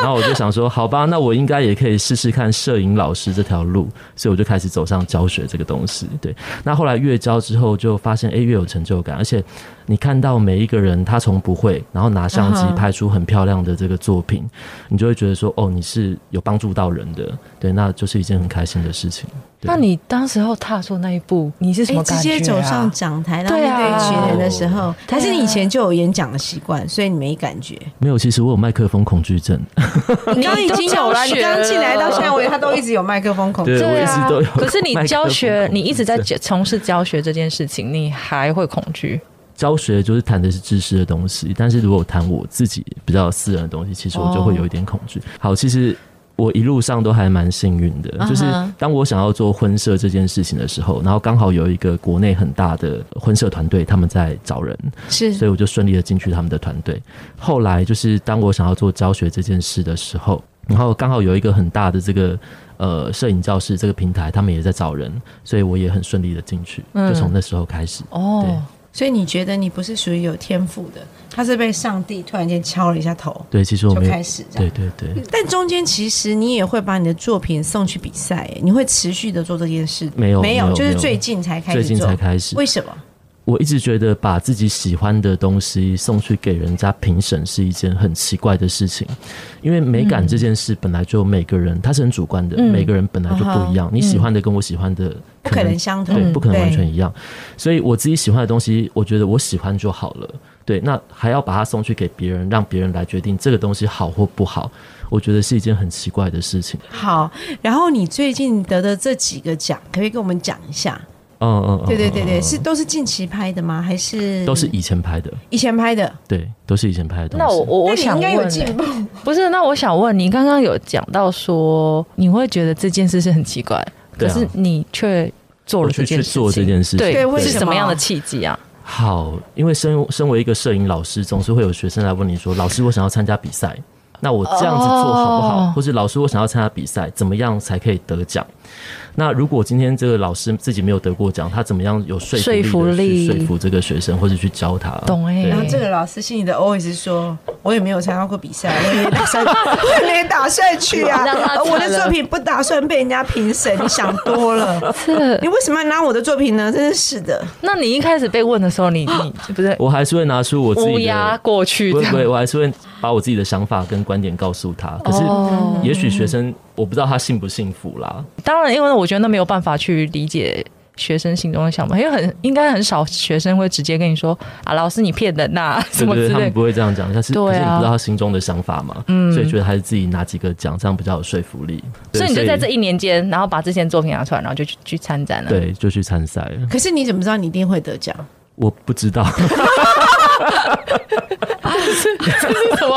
Speaker 1: 然后我就想说，好吧，那我应该也可以试试看摄影老师这条路，所以我就开始走上教学这个东西。对，那后来越教之后，就发现哎、诶越有成就感，而且你看到每一个人他从不会，然后拿相机
Speaker 2: 嗯哼
Speaker 1: 拍出很漂亮的这个作品你就会觉得说，哦，你是有帮助到人的，对，那就是一件很开心的事情。对
Speaker 4: 那你当时候踏出那一步，你是什
Speaker 2: 哎
Speaker 4: 么，
Speaker 2: 直
Speaker 4: 感觉啊？
Speaker 2: 接走上讲台，然后
Speaker 4: 对
Speaker 2: 面
Speaker 4: 啊
Speaker 2: 对一群人的时候，
Speaker 4: 对啊
Speaker 2: 还是你以前就有演讲的习惯，所以你没感觉。
Speaker 1: 没有，其实我有麦克风恐惧症，
Speaker 2: 你刚刚已经有了，
Speaker 4: 你都教学
Speaker 2: 你刚进来到现在为止，他都一直有麦克风恐惧。
Speaker 1: 对我一直都有。
Speaker 4: 可是你教学，你一直在
Speaker 1: 讲。
Speaker 4: 教从事教学这件事情，你还会恐惧？
Speaker 1: 教学就是谈的是知识的东西，但是如果谈我自己比较私人的东西，其实我就会有一点恐惧。好，其实我一路上都还蛮幸运的
Speaker 4: 嗯哼
Speaker 1: 就是当我想要做婚摄这件事情的时候，然后刚好有一个国内很大的婚摄团队，他们在找人，
Speaker 2: 是
Speaker 1: 所以我就顺利的进去他们的团队。后来就是当我想要做教学这件事的时候，然后刚好有一个很大的这个呃摄影教室这个平台，他们也在找人，所以我也很顺利的进去，
Speaker 4: 嗯
Speaker 1: 就从那时候开始。对
Speaker 4: 哦，
Speaker 2: 所以你觉得你不是属于有天赋的，他是被上帝突然间敲了一下头
Speaker 1: 对，其实我
Speaker 2: 就
Speaker 1: 没有
Speaker 2: 开始这
Speaker 1: 对
Speaker 2: 样。嗯
Speaker 1: 对对，
Speaker 2: 但中间其实你也会把你的作品送去比赛，你会持续的做这件事？
Speaker 1: 没有
Speaker 2: 没
Speaker 1: 没有
Speaker 2: 就是最近才开
Speaker 1: 最
Speaker 2: 始
Speaker 1: 近
Speaker 2: 做。
Speaker 1: 才开始
Speaker 2: 为。什么？
Speaker 1: 我一直觉得把自己喜欢的东西送去给人家评审是一件很奇怪的事情，因为美感这件事本来就每个人、它是很主观的，
Speaker 4: 嗯
Speaker 1: 每个人本来就不一样。你喜欢的跟我喜欢的
Speaker 2: 嗯不可能相同，嗯
Speaker 1: 对，不可能完全
Speaker 2: 对。
Speaker 1: 一样。所以我自己喜欢的东西，我觉得我喜欢就好了。对，那还要把它送去给别人，让别人来决定这个东西好或不好，我觉得是一件很奇怪的事情。
Speaker 2: 好，然后你最近得的这几个奖，可不可以跟我们讲一下？
Speaker 1: 嗯嗯嗯，
Speaker 2: 对对对
Speaker 1: 嗯
Speaker 2: 对，
Speaker 1: 嗯
Speaker 2: 是都是近期拍的吗？还是
Speaker 1: 都是以前拍的，
Speaker 2: 以前拍的？
Speaker 1: 对，都是以前拍的东西。
Speaker 4: 那我我我
Speaker 2: 那你
Speaker 4: 想
Speaker 2: 应该有
Speaker 4: 问、
Speaker 2: 进
Speaker 4: 欸，
Speaker 2: 步。
Speaker 4: 不是？那我想问你，刚刚有讲到说你会觉得这件事是很奇怪，
Speaker 1: 对
Speaker 4: 可
Speaker 1: 啊
Speaker 4: 是你却做了这件事情。
Speaker 1: 我去去做这件事情
Speaker 2: 对为
Speaker 4: 是
Speaker 2: 什
Speaker 4: 什么
Speaker 2: 么
Speaker 4: 样的契机啊？
Speaker 1: 好，因为身身为一个摄影老师，总是会有学生来问你说：“老师，我想要参加比赛，那我这样子做好不好？”
Speaker 4: 哦
Speaker 1: 或是“老师，我想要参加比赛，怎么样才可以得奖？”那如果今天这个老师自己没有得过奖，他怎么样有说服力
Speaker 4: 说服力
Speaker 1: 地去说服这个学生，或者去教他？
Speaker 4: 懂欸
Speaker 1: 对
Speaker 2: 然后这个老师心里的 always 说：“我也没有参加过比赛，啊 我也没打算，我也没打算去啊
Speaker 4: 让他。惨了
Speaker 2: 我的作品不打算被人家评审，你想多了。
Speaker 4: 是，
Speaker 2: 你为什么要拿我的作品呢？真是的。
Speaker 4: 那你一开始被问的时候，你 你不是
Speaker 1: 我还是会拿出我自
Speaker 4: 乌
Speaker 1: 己
Speaker 4: 鸦
Speaker 1: 的，
Speaker 4: 过去
Speaker 1: 不
Speaker 4: 这
Speaker 1: 会不
Speaker 4: 样？
Speaker 1: 会，我还是会把我自己的想法跟观点告诉他。可是，
Speaker 4: 哦
Speaker 1: 也许学生我不知道他幸不幸福啦。
Speaker 4: 当然，因为我觉得那没有办法去理解学生心中的想法，因为很应该很少学生会直接跟你说啊，老师你骗人呐、什
Speaker 1: 对
Speaker 4: 么
Speaker 1: 对对，
Speaker 4: 之
Speaker 1: 他
Speaker 4: 类
Speaker 1: 们不会这样讲，但是、
Speaker 4: 对啊
Speaker 1: 可是你不知道他心中的想法嘛，
Speaker 4: 嗯
Speaker 1: 所以觉得还是自己拿几个奖，这样比较有说服力。对
Speaker 4: 所以你就在这一年间，然后把之前作品拿出来，然后就去去参展了。，啊
Speaker 1: 对就去参赛了，
Speaker 2: 可是你怎么知道你一定会得奖？
Speaker 1: 我不知道，
Speaker 4: 是什么？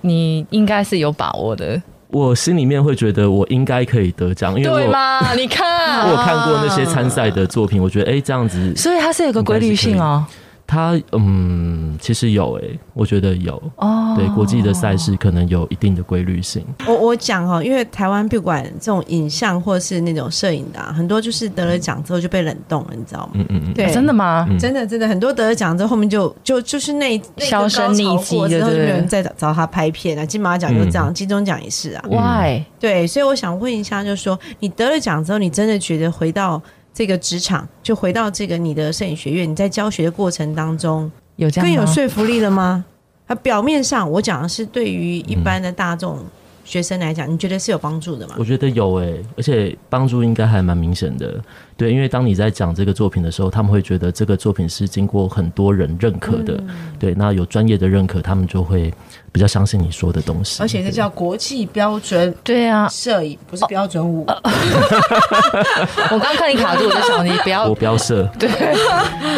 Speaker 4: 你应该是有把握的，
Speaker 1: 我心里面会觉得我应该可以得奖，因为我
Speaker 4: 对
Speaker 1: 有
Speaker 4: 吗？你
Speaker 1: 我有
Speaker 4: 看，
Speaker 1: 看过那些参赛的作品，我觉得哎、这样子
Speaker 4: 所以它是有个规律性哦。
Speaker 1: 他嗯，其实有哎、我觉得有
Speaker 4: 哦，
Speaker 1: 对国际的赛事可能有一定的规律性，
Speaker 2: 我我讲哈，因为台湾不管这种影像或是那种摄影的、啊，很多就是得了奖之后就被冷冻了，你知道吗？
Speaker 1: 嗯嗯嗯，
Speaker 2: 对
Speaker 4: 真的吗？
Speaker 1: 嗯
Speaker 2: 啊真的真的很多得了奖之后，后面就就就是那一那一个
Speaker 4: 销声
Speaker 2: 高潮
Speaker 4: 匿迹
Speaker 2: 过之后就
Speaker 4: 对对
Speaker 2: 没有人
Speaker 4: 对
Speaker 2: 再找找他拍片啊。金马奖就这
Speaker 1: 嗯
Speaker 2: 样，金钟奖也是啊。
Speaker 4: Why？
Speaker 2: 对，所以我想问一下，就是说你得了奖之后，你真的觉得回到这个职场，就回到这个你的摄影学院，你在教学的过程当中，
Speaker 4: 有这样
Speaker 2: 更
Speaker 4: 吗
Speaker 2: 有说服力了吗？啊，表面上我讲的是对于一般的大众学生来讲，你觉得是有帮助的吗？
Speaker 1: 我觉得有诶、欸而且帮助应该还蛮明显的。对，因为当你在讲这个作品的时候，他们会觉得这个作品是经过很多人认可的，对，那有专业的认可，他们就会比较相信你说的东西。
Speaker 2: 而且这叫国际标准
Speaker 4: 对啊，
Speaker 2: 摄影，不是标准舞。
Speaker 4: 我刚看你卡住，我就想你 不要
Speaker 1: 国标社，
Speaker 4: 对，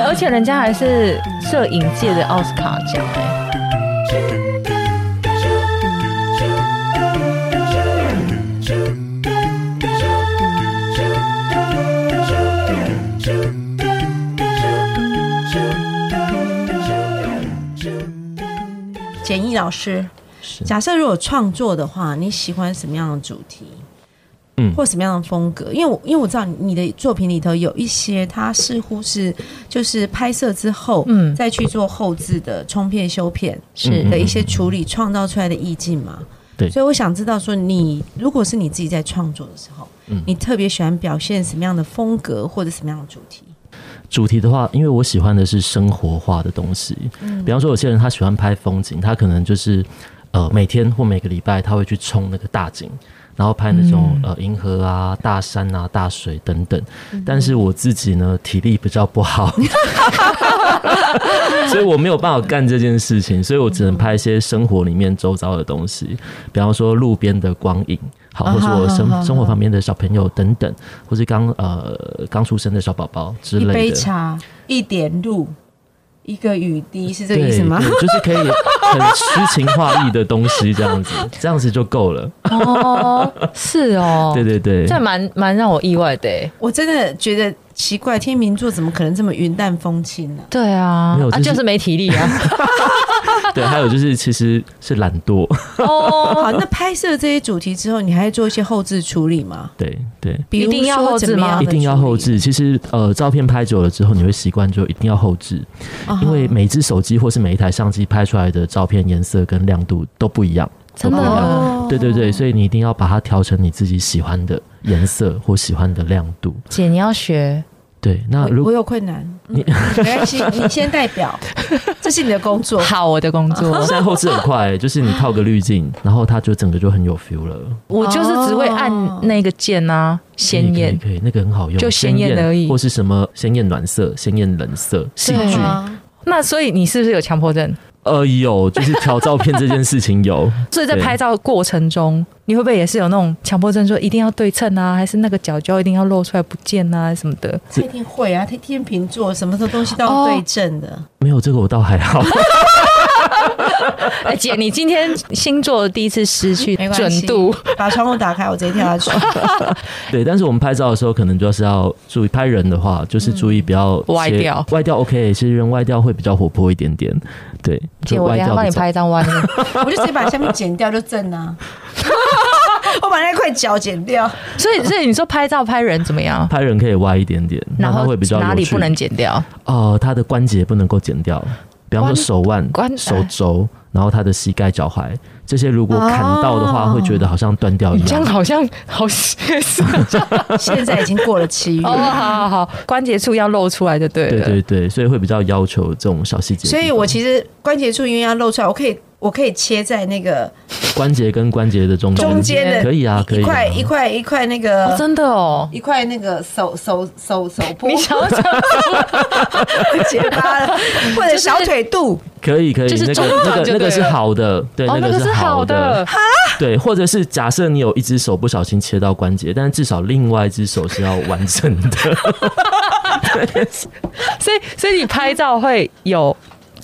Speaker 4: 而且人家还是摄影界的奥斯卡奖哎、
Speaker 2: 简易老师，假设如果创作的话，你喜欢什么样的主题？
Speaker 1: 嗯
Speaker 2: 或什么样的风格？因为我因为我知道你的作品里头有一些，它似乎是就是拍摄之后，嗯，
Speaker 4: 嗯
Speaker 2: 再去做后置的冲片、修片
Speaker 1: 嗯
Speaker 4: 是
Speaker 2: 的一些处理，创造出来的意境嘛。
Speaker 1: 对
Speaker 2: 所以我想知道说你，如果是你自己在创作的时候，
Speaker 1: 嗯
Speaker 2: 你特别喜欢表现什么样的风格或者什么样的主题？
Speaker 1: 主题的话，因为我喜欢的是生活化的东西，比方说有些人他喜欢拍风景，他可能就是呃每天或每个礼拜他会去冲那个大景，然后拍那种、
Speaker 2: 嗯
Speaker 1: 呃银河啊、大山啊、大水等等。但是我自己呢体力比较不好， 所以我没有办法干这件事情，所以我只能拍一些生活里面周遭的东西，比方说路边的光影，好，或是我
Speaker 2: 啊哈
Speaker 1: 生生活旁边的小朋友等等，或是刚呃刚出生的小宝宝之
Speaker 2: 一
Speaker 1: 类的。
Speaker 2: 杯茶，一点露，一个雨滴，是这个
Speaker 1: 对，
Speaker 2: 意思吗？
Speaker 1: 对就是可以很诗情画意的东西，这样子，这样子就够了。
Speaker 4: 哦，是哦，
Speaker 1: 对对对，
Speaker 4: 这蛮蛮让我意外的、欸。
Speaker 2: 我真的觉得奇怪，天秤座怎么可能这么云淡风轻呢、
Speaker 4: 对啊
Speaker 1: 没有，
Speaker 4: 啊
Speaker 1: 就是
Speaker 4: 就是没体力啊。
Speaker 1: 对，还有就是其实是懒惰，
Speaker 4: 哦，
Speaker 2: 好，那拍摄这些主题之后，你还会做一些后置处理吗？
Speaker 1: 对对。
Speaker 2: 比如
Speaker 4: 一定要后
Speaker 2: 说
Speaker 4: 置
Speaker 2: 怎么
Speaker 4: 吗
Speaker 2: 样
Speaker 1: 一
Speaker 2: 的
Speaker 1: 定要
Speaker 2: 处理
Speaker 1: 后，置。其实，呃，照片拍久了之后，你会习惯，就一定要后置，
Speaker 2: 啊哈
Speaker 1: 因为每只手机或是每一台相机拍出来的照片颜色跟亮度都不一样。
Speaker 4: 真的
Speaker 2: 哦
Speaker 1: 啊对对对，所以你一定要把它调成你自己喜欢的颜色或喜欢的亮度。
Speaker 4: 姐，你要学
Speaker 1: 对，
Speaker 4: 哎
Speaker 1: 那
Speaker 2: 我
Speaker 1: 啊如
Speaker 2: 我
Speaker 1: 果
Speaker 2: 有困难，嗯没关系，你先代表， 这是你的工作。
Speaker 4: 好我的工作
Speaker 1: 现，在后置很快、 就是你套个滤镜，然后它就整个就很有 feel 了。
Speaker 4: 我就是只会按那个键啊，鲜艳。
Speaker 1: 哦可以可以可以，那个很好用，
Speaker 4: 就鲜艳而已
Speaker 1: 或是什么鲜艳暖色、鲜艳冷色、戏
Speaker 4: 对
Speaker 1: 剧。
Speaker 2: 啊
Speaker 4: 那所以你是不是有强迫症？，
Speaker 1: 呃，有，就是调照片这件事情有
Speaker 4: 所以在
Speaker 1: 对
Speaker 4: 拍照过程
Speaker 1: 嗯
Speaker 4: 中，你会不会也是有那种强迫症，说一定要对称啊，还是那个角角一定要露出来不见啊什么的？
Speaker 2: 他一定会啊，他天秤座什么时候东西都要对症的。
Speaker 1: 没有这个我倒还好。
Speaker 4: 哎、姐，你今天星座第一次失 去
Speaker 2: 没关
Speaker 4: 准
Speaker 2: 系
Speaker 4: 度，
Speaker 2: 把窗户打开，我直接跳下去。
Speaker 1: 对，但是我们拍照的时候，可能就是要注意拍人的话，就是注意不要切、
Speaker 4: 嗯歪掉
Speaker 1: 歪掉 OK，其实人歪掉会比较活泼一点点。对，
Speaker 4: 姐，
Speaker 1: 就
Speaker 4: 我
Speaker 1: 歪
Speaker 4: 等一下
Speaker 1: 掉
Speaker 4: 帮
Speaker 1: 比
Speaker 4: 你
Speaker 1: 较
Speaker 4: 拍一张弯的。
Speaker 2: 我就直接把下面剪掉就正啊。 我把那块脚剪掉，
Speaker 4: 所以，所以你说拍照拍人怎么样？
Speaker 1: 拍人可以歪一点点，
Speaker 4: 然
Speaker 1: 那它
Speaker 4: 后
Speaker 1: 会比较有
Speaker 4: 哪里
Speaker 1: 趣
Speaker 4: 不能剪掉？
Speaker 1: 哦，他的关节不能够剪掉，比方说
Speaker 4: 关
Speaker 1: 手腕
Speaker 4: 关、
Speaker 1: 手肘，然后他的膝盖、脚踝这些，如果砍到的话，
Speaker 2: 哦
Speaker 1: 会觉得好像断掉一
Speaker 4: 啊 这样
Speaker 1: 样。
Speaker 4: 好像好现实。
Speaker 2: 现在已经过了七月
Speaker 4: 哦，，好好好，关节处要露出来就对了。
Speaker 1: 对对对，所以会比较要求这种小细节的地
Speaker 2: 所
Speaker 1: 方。
Speaker 2: 以我其实关节处因为要露出来，我可以我可以切在那个
Speaker 1: 关节跟关节的中间，
Speaker 2: 中间的
Speaker 1: 可以啊，可
Speaker 2: 一
Speaker 1: 以啊、
Speaker 2: 块一块一块那个
Speaker 4: 哦，真的哦。
Speaker 2: 一块那个手手手手部
Speaker 4: 你想要讲
Speaker 2: 结巴了， 或者小腿肚，
Speaker 1: 可以可以，
Speaker 4: 就是
Speaker 1: 那
Speaker 4: 中
Speaker 1: 个
Speaker 4: 段
Speaker 1: 那个
Speaker 4: 就
Speaker 1: 那
Speaker 4: 对
Speaker 1: 个是
Speaker 4: 了
Speaker 1: 好的，对，
Speaker 4: 哦，
Speaker 1: 个
Speaker 4: 是
Speaker 1: 好
Speaker 4: 的，。
Speaker 1: 对，或者是假设你有一只手不小心切到关节，但是至少另外一只手是要完整的。
Speaker 4: 所以所以你拍照会有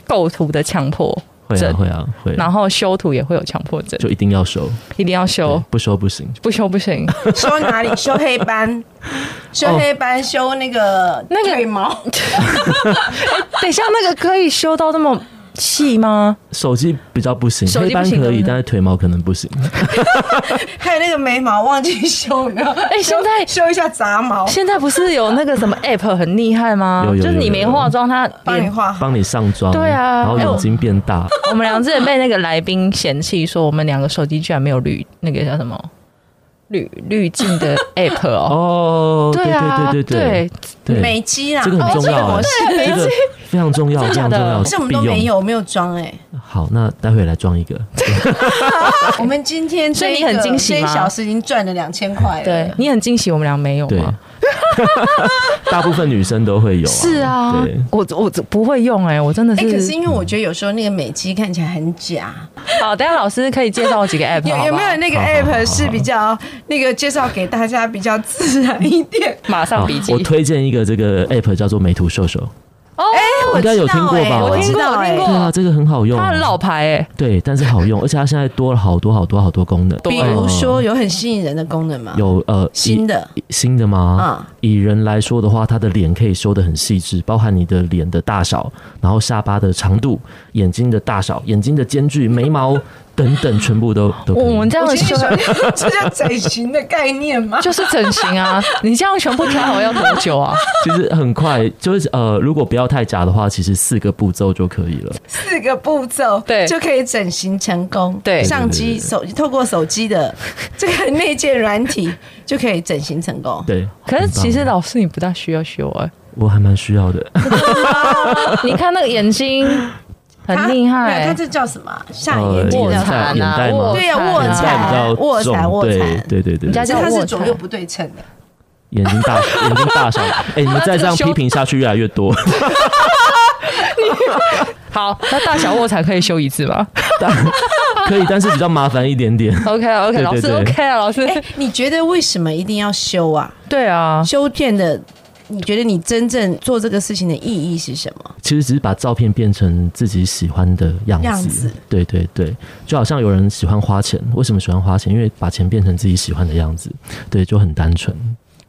Speaker 4: 构图的强迫
Speaker 1: 会啊
Speaker 4: 整
Speaker 1: 会啊会啊，
Speaker 4: 然后修图也会有强迫症，
Speaker 1: 就一定要收，
Speaker 4: 一定要修
Speaker 1: 对，不收不行。
Speaker 4: 不修不 行。
Speaker 2: 修哪里？修黑斑，修
Speaker 1: 哦
Speaker 2: 黑斑，修那个
Speaker 4: 那个
Speaker 2: 腿 毛。
Speaker 4: 等一下，那个可以修到这么细吗？
Speaker 1: 手机比较不行，
Speaker 4: 手机
Speaker 1: 黑
Speaker 4: 不
Speaker 1: 斑
Speaker 4: 行
Speaker 1: 可
Speaker 4: 对
Speaker 1: 以，
Speaker 4: 不对
Speaker 1: 但是腿毛可能不行。
Speaker 2: 还有那个眉毛忘记修有没有？哎
Speaker 4: 哎现在
Speaker 2: 修一下杂毛，
Speaker 4: 现在不是有那个什么 app 很厉害吗？
Speaker 1: 有有有
Speaker 4: 就是你没化妆，它
Speaker 2: 帮你
Speaker 4: 脸。
Speaker 2: 画好。
Speaker 1: 帮你上妆，
Speaker 4: 对啊
Speaker 1: 然后眼睛变大，
Speaker 4: 我们俩之前被那个来宾嫌弃说，我们两个手机居然没有滤那个叫什么滤滤镜的 app
Speaker 1: 哦，
Speaker 4: 哦。
Speaker 1: 对
Speaker 4: 啊，
Speaker 1: 对对
Speaker 4: 对，
Speaker 1: 对
Speaker 2: 美肌啦，
Speaker 1: 这个很重要
Speaker 2: 哦
Speaker 1: 啊
Speaker 2: 这个
Speaker 1: 这
Speaker 2: 我
Speaker 1: 个非常重要，
Speaker 4: 真
Speaker 1: 非
Speaker 4: 的
Speaker 1: 常
Speaker 4: 假的
Speaker 1: 重要，
Speaker 2: 可是我们都
Speaker 1: 必用
Speaker 2: 没。有没有装 哎，
Speaker 1: 好，那待会来装一个，
Speaker 2: 我们今天这
Speaker 4: 所以你
Speaker 2: 个
Speaker 4: 很惊喜
Speaker 2: 这一
Speaker 4: 吗
Speaker 2: 小时已经赚了两千块了。
Speaker 4: 对，你很惊喜，我们俩没有
Speaker 1: 对
Speaker 4: 吗？，
Speaker 1: 大部分女生都会有，
Speaker 4: 是啊
Speaker 1: 对，，
Speaker 4: 我我不会用哎、我真的
Speaker 2: 哎，可是
Speaker 4: 是。
Speaker 2: 因为我觉得有时候那个美肌看起来很假，
Speaker 4: 好，等一下老师可以介绍我几个 app
Speaker 2: 有
Speaker 4: 嗯好
Speaker 2: 有
Speaker 4: 不
Speaker 2: 没
Speaker 4: 好
Speaker 2: 有那个
Speaker 1: 好好好好
Speaker 2: app 是比较那个介绍给大家比较自然一 点？
Speaker 4: 马上
Speaker 1: 好
Speaker 4: 笔记
Speaker 1: 啊我？推荐一个这个 app 叫做美图秀秀，
Speaker 4: 哦，
Speaker 1: 应该有听过吧
Speaker 2: 我知道
Speaker 4: 我
Speaker 2: 哎，
Speaker 4: 听
Speaker 2: 我知道
Speaker 4: 过我听过
Speaker 2: 哎
Speaker 1: 对啊，这个很好用，
Speaker 4: 它很老牌哎、
Speaker 1: 对，但是好 用，而且它现在多了好多好多好多功能，嗯
Speaker 2: 比如说有很吸引人的功能吗？
Speaker 1: 有呃
Speaker 2: 新的
Speaker 1: 以新的吗？
Speaker 2: 嗯
Speaker 1: 以人来说的话，他的脸可以修得很细致，包含你的脸的大小，然后下巴的长度、眼睛的大小、眼睛的间距、眉毛等等，全部都都可
Speaker 4: 我们
Speaker 1: 以。
Speaker 4: 哦这样
Speaker 2: 我
Speaker 4: 修
Speaker 2: 心里想这叫整形的概念吗？
Speaker 4: 就是整形 啊！你这样全部调好要多久 啊？
Speaker 1: 其实很快，就是呃，如果不要太假的话，其实四个步骤就可以了。
Speaker 2: 四个步骤，
Speaker 4: 对
Speaker 2: 就可以整形成功。
Speaker 4: 对
Speaker 2: 相机
Speaker 1: 对对对
Speaker 2: 手透过手机的 这个内建软体 就可以整形成功。
Speaker 1: 对，
Speaker 4: 可是
Speaker 1: 很棒啊
Speaker 4: 其实老师你不大需要修哎、
Speaker 1: 我还蛮需要的，
Speaker 4: 你看那个眼睛很厉
Speaker 2: 对啊
Speaker 4: 害、
Speaker 2: 它这叫什么啊？下眼睛
Speaker 1: 卧
Speaker 2: 叫
Speaker 1: 蚕
Speaker 2: 什么？
Speaker 1: 啊眼
Speaker 4: 啊，
Speaker 1: 袋吗
Speaker 2: 对啊卧
Speaker 1: 眼
Speaker 2: 蚕
Speaker 1: 袋比较
Speaker 2: 卧
Speaker 1: 重
Speaker 2: 蚕卧
Speaker 1: 对
Speaker 2: 蚕
Speaker 1: 对对对
Speaker 4: 人家
Speaker 1: 对，
Speaker 2: 其
Speaker 4: 叫
Speaker 2: 实它
Speaker 4: 卧
Speaker 2: 是
Speaker 4: 蚕
Speaker 2: 左右不对称的。
Speaker 1: 眼睛大，眼睛大小。哎、你们再这样批评下去，越来越多。
Speaker 4: 好，那大小卧蚕可以修一次吗
Speaker 1: 可以，但是比较麻烦一点点。
Speaker 4: ？OK 啊
Speaker 1: 对对
Speaker 4: OK，老师
Speaker 1: 对
Speaker 4: OK 啊，老师
Speaker 2: 哎，你觉得为什么一定要修啊？
Speaker 4: 对啊，
Speaker 2: 修片的，你觉得你真正做这个事情的意义是什么？
Speaker 1: 其实只是把照片变成自己喜欢的样子。
Speaker 2: 样子
Speaker 1: 对对对，就好像有人喜欢花钱，为什么喜欢花钱？因为把钱变成自己喜欢的样子，对，就很单纯。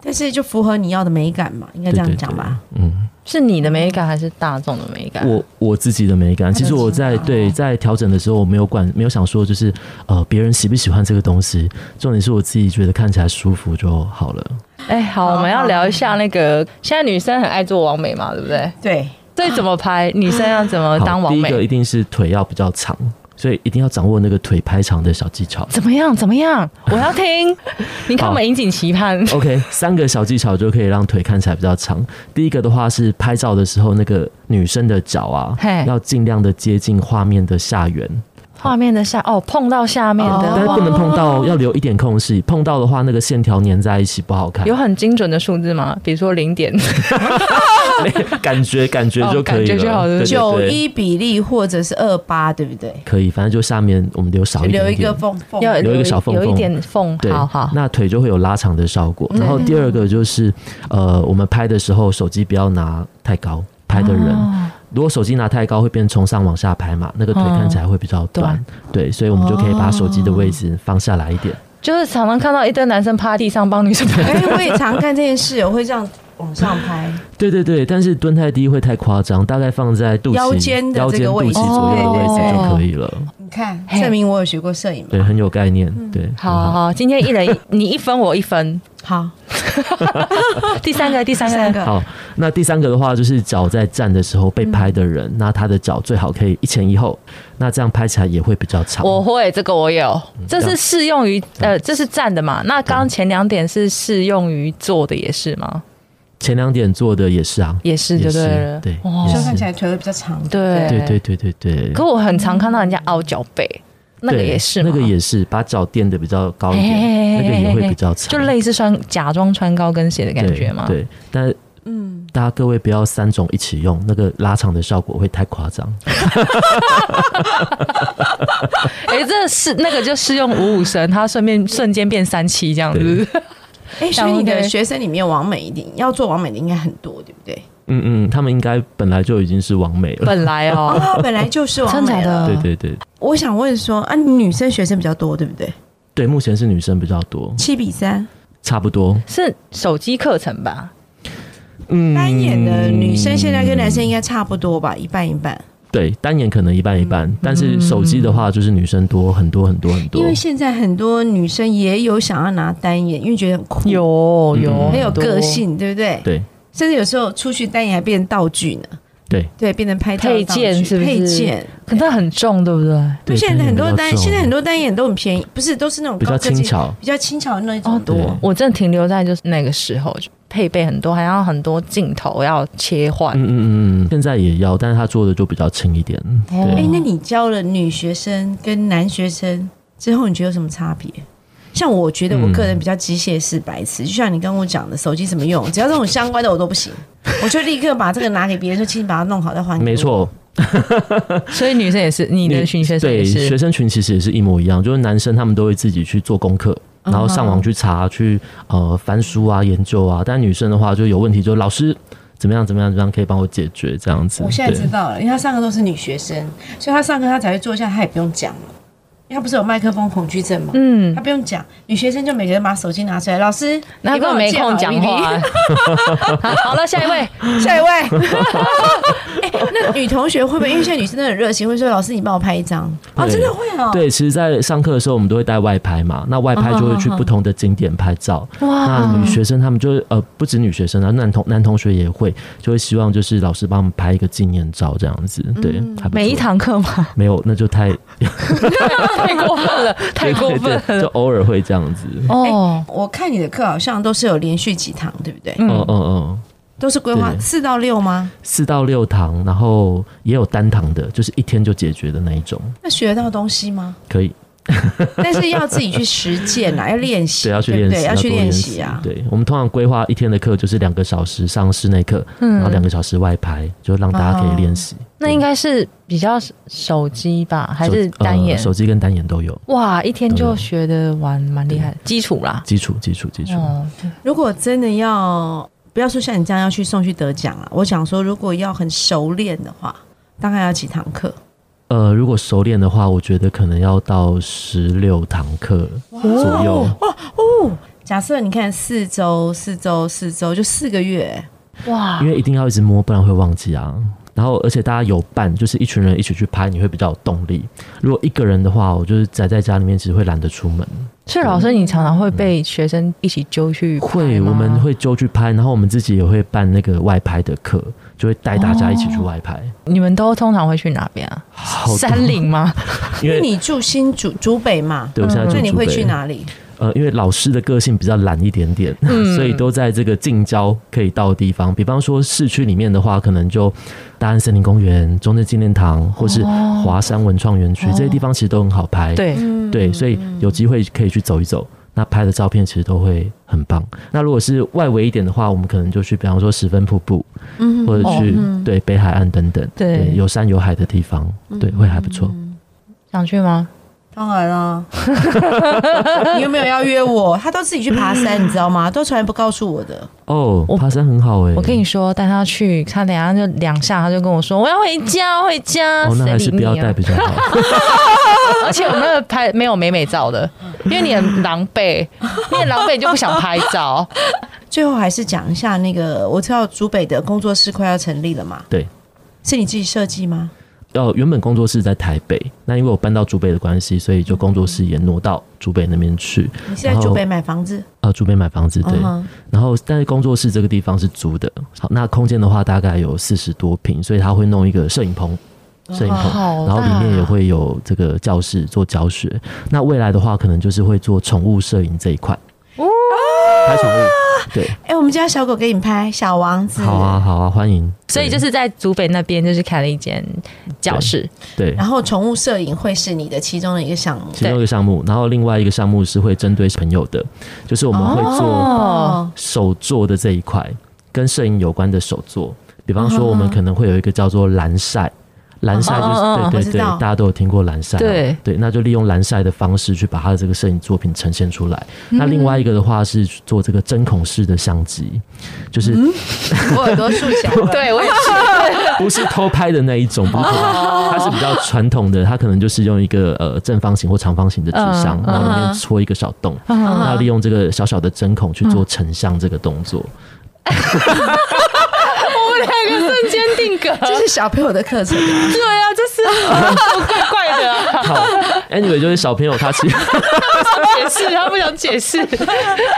Speaker 2: 但是就符合你要的美感嘛，应该这
Speaker 1: 对对
Speaker 2: 样
Speaker 1: 对
Speaker 2: 讲吧？，
Speaker 1: 嗯，
Speaker 4: 是你的美感还是大众的美感？
Speaker 1: 我我自己的美感，
Speaker 2: 他的
Speaker 1: 其实我
Speaker 2: 情
Speaker 1: 在
Speaker 2: 感
Speaker 4: 哦
Speaker 1: 对在调整的时候，我没有管，没有想说就是呃别人喜不喜欢这个东西，重点是我自己觉得看起来舒服就好了。
Speaker 4: 哎、好，我们要聊一下那个，现在女生很爱做完美嘛，对不对？
Speaker 2: 对，
Speaker 4: 所以怎么拍？女生要怎么
Speaker 1: 好
Speaker 4: 呃当完
Speaker 1: 第一
Speaker 4: 美？
Speaker 1: 个一定是腿要比较长，所以一定要掌握那个腿拍长的小技 巧。
Speaker 4: 怎么样？怎么样？我要听。 你看我们引颈期盼。
Speaker 1: OK，三个小技巧就可以让腿看起来比较长。第一个的话是拍照的时候，那个女生的脚啊
Speaker 4: 嘿，
Speaker 1: 要尽量的接近画面的下缘，
Speaker 4: 画面的下哦，碰到下面的，
Speaker 1: 但是不能碰到，要留一点空隙。碰到的话，那个线条粘在一起不好看
Speaker 4: 有。很精准的数字吗？比如说零点，
Speaker 1: 感觉感觉就可以
Speaker 4: 哦感觉就好
Speaker 1: 了，
Speaker 4: 了
Speaker 2: 九
Speaker 1: 对对对
Speaker 2: 一比例或者是二八，对不对？
Speaker 1: 可以，反正就下面我们留少一点
Speaker 2: 留
Speaker 1: 点，
Speaker 2: 一个缝缝，
Speaker 4: 要
Speaker 1: 留一个小缝
Speaker 4: 有一
Speaker 1: 缝
Speaker 4: 点缝，
Speaker 1: 对，
Speaker 4: 好好。
Speaker 1: 那腿就会有拉长的效果。
Speaker 2: 嗯
Speaker 1: 然后第二个就是，呃，我们拍的时候手机不要拿太高，拍的人、
Speaker 2: 哦
Speaker 1: 如果手机拿太高会变从上往下拍嘛，那个腿
Speaker 4: 嗯
Speaker 1: 看起来会比较短，
Speaker 4: 短
Speaker 1: 对，所以我们就可以把手机的位置放下来一
Speaker 2: 哦
Speaker 1: 点。
Speaker 4: 就是常常看到一堆男生趴地上帮女生拍，
Speaker 2: 哎，我也常干这件事，我会这样往上拍，
Speaker 1: 对对对，但是蹲太低会太夸张，大概放在肚脐、
Speaker 2: 腰间的
Speaker 1: 腰
Speaker 2: 这
Speaker 1: 间、
Speaker 2: 个
Speaker 1: 肚
Speaker 2: 位置
Speaker 1: 脐左右的位
Speaker 4: 哦
Speaker 1: 置就可以了。
Speaker 2: 你看，
Speaker 4: 嘿
Speaker 2: 证明我有学过摄影嘛。
Speaker 1: 对，很有概念。
Speaker 2: 嗯
Speaker 1: 对，
Speaker 4: 好
Speaker 1: 很
Speaker 2: 啊
Speaker 4: 好好，今天一人一你一分我一分。
Speaker 2: 好，
Speaker 4: 第三个，第三
Speaker 2: 第三
Speaker 4: 个，
Speaker 2: 个，
Speaker 1: 好，那第三个的话就是脚在站的时候被拍的
Speaker 4: 嗯
Speaker 1: 人，那他的脚最好可以一前一后，那这样拍起来也会比较长。
Speaker 4: 我会这个我有，这
Speaker 1: 这样
Speaker 4: 是适用于呃，这是站的嘛？那刚前两点是适用于坐的，也是吗？
Speaker 1: 前两点做的也是啊，
Speaker 4: 也是就
Speaker 1: 也
Speaker 4: 对了
Speaker 1: 是，对，
Speaker 4: 哦
Speaker 1: 也
Speaker 2: 这样
Speaker 1: 是
Speaker 2: 看起来腿会比较长。
Speaker 4: 对
Speaker 1: 对对对对对。
Speaker 4: 可我很常看到人家凹脚背，那个
Speaker 1: 对
Speaker 4: 也是吗，
Speaker 1: 那个也是把脚垫的比较高一
Speaker 4: 嘿嘿
Speaker 1: 点，那
Speaker 4: 嘿嘿
Speaker 1: 个也
Speaker 4: 嘿
Speaker 1: 会
Speaker 4: 嘿
Speaker 1: 比较长，
Speaker 4: 就类似穿假装穿高跟鞋的感觉嘛。
Speaker 1: 对，对但
Speaker 2: 嗯，
Speaker 1: 大家各位不要三种一起用，那个拉长的效果会太夸张。
Speaker 4: 哎、这是那个就适用五五身，它顺便瞬间变三七这样子。
Speaker 2: 哎，所以你
Speaker 4: 然
Speaker 2: 的
Speaker 4: 后呢
Speaker 2: 学生里面完美一定要做完美的应该很多，对不对？
Speaker 1: 嗯嗯，他们应该本来就已经是完美了。
Speaker 4: 本来哦，
Speaker 2: 哦，本来就是完美了。
Speaker 1: 对对对
Speaker 2: 我想问说，啊，女生学生比较多，对不对？
Speaker 1: 对，目前是女生比较多，
Speaker 2: 七比三，
Speaker 1: 差不多。
Speaker 4: 是手机课程吧？
Speaker 1: 嗯，
Speaker 2: 单眼的女生现在跟男生应该差不多吧，一半一半。
Speaker 1: 对，单眼可能一半一半，但是手机的话就是女生多很多很多很多
Speaker 2: 嗯因为。现在很多女生也有想要拿单眼，因为觉得很酷，
Speaker 4: 有有、
Speaker 1: 嗯
Speaker 2: 很有
Speaker 4: 多
Speaker 2: 个，性，对不对？
Speaker 1: 对
Speaker 2: 甚至有时候出去单眼还变成道具呢，
Speaker 1: 对
Speaker 2: 对，变成拍照的
Speaker 4: 配件
Speaker 2: 道具
Speaker 4: 是不是
Speaker 2: 配件。
Speaker 4: 可是很重，对不对？
Speaker 2: 因为
Speaker 1: 对，
Speaker 2: 现在很多
Speaker 1: 单
Speaker 2: 单，
Speaker 1: 眼比较重
Speaker 2: 现在很多单眼都很便宜，不是都是那种
Speaker 1: 比较
Speaker 2: 高科技
Speaker 1: 轻巧，哦
Speaker 2: 比较轻巧的那种多。
Speaker 1: 对
Speaker 4: 我正停留在就是那个时候，就配备很多，还要很多镜头要切换。
Speaker 1: 嗯嗯嗯嗯，现在也要，但是他做的就比较轻一点。
Speaker 2: 哎、
Speaker 1: 对，
Speaker 2: 那你教了女学生跟男学生之后，你觉得有什么差别？像我觉得我个
Speaker 4: 嗯
Speaker 2: 人比较机械式白痴，就像你跟我讲的，手机怎么用，只要这种相关的我都不 行，我就立刻把这个拿给别人，说请你把它弄好再还给我
Speaker 1: 没，错，
Speaker 4: 所以女生也是，你的群学生也
Speaker 1: 对
Speaker 4: 是
Speaker 1: 学生群其实也是一模一样，就是男生他们都会自己去做功课。
Speaker 2: 嗯
Speaker 1: 然后上网去查，去呃翻书啊、研究啊。但女生的话，就有问题就老师怎么样怎么样怎么样可以帮我解决这样子。
Speaker 2: 我现在
Speaker 1: 对
Speaker 2: 知道了，因为他上课都是女学生，所以他上课他才会坐下，他也不用讲了，因为他不是有麦克风恐惧症吗？
Speaker 4: 嗯
Speaker 2: 他，不用讲，女学生就每个人把手机拿出来，老师，
Speaker 4: 那
Speaker 2: 你帮我
Speaker 4: 个没
Speaker 2: 借
Speaker 4: 空
Speaker 2: 好
Speaker 4: 讲
Speaker 2: 一粒
Speaker 4: 话。啊好 好了，下一位。
Speaker 2: 下一位， 哎、那女同学会不会？因为现在女生真的很热情，会说老师你帮我拍一张啊、
Speaker 1: 对
Speaker 2: 真的会哦。
Speaker 1: 对，其实，在上课的时候，我们都会带外拍嘛，那外拍就会去不同的景点拍照。那女学生他们就是呃，不止女学生啊，男同男同学也会，就会希望就是老师帮我们拍一个纪念照这样子。对，还不错
Speaker 4: 每一堂课 吗？
Speaker 1: 没有，那就太
Speaker 4: 太过分了，太过分
Speaker 1: 对对
Speaker 4: 了。
Speaker 1: 就偶尔会这样子。
Speaker 4: 哦，
Speaker 2: 我看你的课好像都是有连续几堂，对不对？
Speaker 1: 嗯
Speaker 4: 嗯，
Speaker 1: 嗯嗯，
Speaker 2: 都是规划
Speaker 1: 对
Speaker 2: 四到六吗？
Speaker 1: 四到六堂，然后也有单堂的，就是一天就解决的那一种，
Speaker 2: 那学得到东西吗？
Speaker 1: 可以。
Speaker 2: 但是要自己去实践啊啦，要练习，
Speaker 1: 对，要去
Speaker 2: 不
Speaker 1: 练
Speaker 2: 对，
Speaker 1: 习，
Speaker 2: 要去
Speaker 1: 多
Speaker 2: 练
Speaker 1: 练
Speaker 2: 习啊。
Speaker 1: 对，我们通常规划一天的课就是两个小时上室内课，然后两个小时外拍，就让大家可以练习。
Speaker 4: 哎那应该是比较手机吧，还
Speaker 1: 手
Speaker 4: 是单眼
Speaker 1: 呃？手机跟单眼都有
Speaker 4: 哇，一天就学的完，蛮厉害
Speaker 1: 嗯
Speaker 4: 的，基础啦。
Speaker 1: 基础，基础，基础。
Speaker 4: 哦，
Speaker 2: 如果真的要，不要说像你这样要去送去得奖啊，我想说，如果要很熟练的话，大概要几堂课？
Speaker 1: 呃，如果熟练的话，我觉得可能要到十六堂课
Speaker 2: 哦
Speaker 1: 左右。
Speaker 2: 假设你看四周、四周、四周，就四个月，
Speaker 4: 哇
Speaker 1: 因，为一定要一直摸，不然会忘记啊。然后，而且大家有伴，就是一群人一起去拍，你会比较有动力。如果一个人的话，我就是宅在家里面，其实会懒得出门。
Speaker 4: 所以老师，你常常会被学生一起揪去拍
Speaker 1: 会，
Speaker 4: 吗
Speaker 1: 我们会揪去拍，然后我们自己也会办那个外拍的课，就会带大家一
Speaker 2: 哦
Speaker 1: 起去外拍。
Speaker 4: 你们都通常会去哪边啊？
Speaker 1: 好多
Speaker 4: 山，林吗？
Speaker 2: 因
Speaker 1: 因
Speaker 2: 为
Speaker 1: 为
Speaker 2: 你住新竹竹北嘛，
Speaker 1: 对我现在住
Speaker 2: 所以你
Speaker 1: 竹
Speaker 2: 会
Speaker 1: 北
Speaker 2: 去？哪里？
Speaker 1: 呃，因为老师的个性比较懒一点点，
Speaker 4: 嗯
Speaker 1: 所以都在这个近郊可以到的地方。比方说市区里面的话，可能就大安森林公园、中正纪念堂，或是华山文创园区、这些地方，其实都很好拍。
Speaker 4: 哦对，
Speaker 1: 对，所以有机会可以去走一走。那拍的照片其实都会很棒。那如果是外围一点的话，我们可能就去，比方说十分瀑布，
Speaker 2: 嗯
Speaker 1: 或者去、对北海岸等等，
Speaker 4: 哦对嗯
Speaker 1: 有山有海的地方，对，会还不错。
Speaker 4: 想去吗？
Speaker 2: 当然 啦、你有没有要约我？他都自己去爬 山，你知道吗？都从来不告诉我的。
Speaker 1: 哦
Speaker 4: 我，
Speaker 1: 爬山很好哎、
Speaker 4: 我跟你说，带他去，他等一下就两下，他就跟我说我要回 家，回家。
Speaker 1: 哦，那
Speaker 4: 谁
Speaker 1: 还是
Speaker 4: 理
Speaker 1: 不
Speaker 4: 你
Speaker 1: 要
Speaker 4: 啊
Speaker 1: 带？比较好。
Speaker 4: 而且我那个拍没有美美照的，因为你很狼狈， 你很狼狈你就不想拍照。
Speaker 2: 最后还是讲一下那个，我知道竹北的工作室快要成立了嘛？
Speaker 1: 对，
Speaker 2: 是你自己设计吗？
Speaker 1: 呃，原本工作室在台北，那因为我搬到竹北的关系，所以就工作室也挪到竹北那边去。
Speaker 2: 你是在竹北买房子？
Speaker 1: 呃，竹北买房子对，
Speaker 2: 嗯哼
Speaker 1: 然后但是工作室这个地方是租的，好，那空间的话大概有四十多平，所以他会弄一个摄影棚。摄影棚，
Speaker 4: 哦好
Speaker 1: 然后里面
Speaker 4: 大啊
Speaker 1: 也会有这个教室做教学。那未来的话，可能就是会做宠物摄影这一块，
Speaker 4: 哦
Speaker 1: 拍宠物，对，
Speaker 2: 哎、我们家小狗给你拍小王子。
Speaker 1: 好啊，好啊，欢迎。
Speaker 4: 所以
Speaker 1: 对
Speaker 4: 就是在竹北那边，就是开了一间教室，
Speaker 1: 对，
Speaker 2: 然后宠物摄影会是你的其中的一个项目。
Speaker 1: 其中一个项目，然后另外一个项目是会针对朋友的，就是我们会做
Speaker 2: 哦，
Speaker 1: 手作的这一块，跟摄影有关的手作。比方说，我们可能会有一个叫做蓝晒，蓝晒就是、
Speaker 4: 嗯哦哦哦
Speaker 1: 对
Speaker 2: 我
Speaker 1: 对
Speaker 2: 知
Speaker 1: 对，
Speaker 2: 道
Speaker 1: 大家都有听过蓝晒啊、
Speaker 4: 对
Speaker 1: 对，那就利用蓝晒的方式去把他的这个摄影作品呈现出来。
Speaker 4: 嗯
Speaker 1: 那另外一个的话是做这个针孔式的相机，就是
Speaker 4: 嗯
Speaker 2: 我耳朵竖起来了。
Speaker 4: 对我也是，
Speaker 1: 不是偷拍的那一种，不是偷拍，
Speaker 4: 哦
Speaker 1: 它是比较传统的，它可能就是用一个呃正方形或长方形的纸箱，
Speaker 4: 嗯
Speaker 1: 然后里面戳一个小洞，那利用这个小小的针孔去
Speaker 4: 嗯
Speaker 1: 做成像这个动作。
Speaker 4: 我们两个瞬间定格。
Speaker 2: 哦这是小朋友的课程，
Speaker 4: 对啊，这 是怪怪的、啊，
Speaker 1: 好，anyway，就是小朋友他其实
Speaker 4: 解释他不想解释。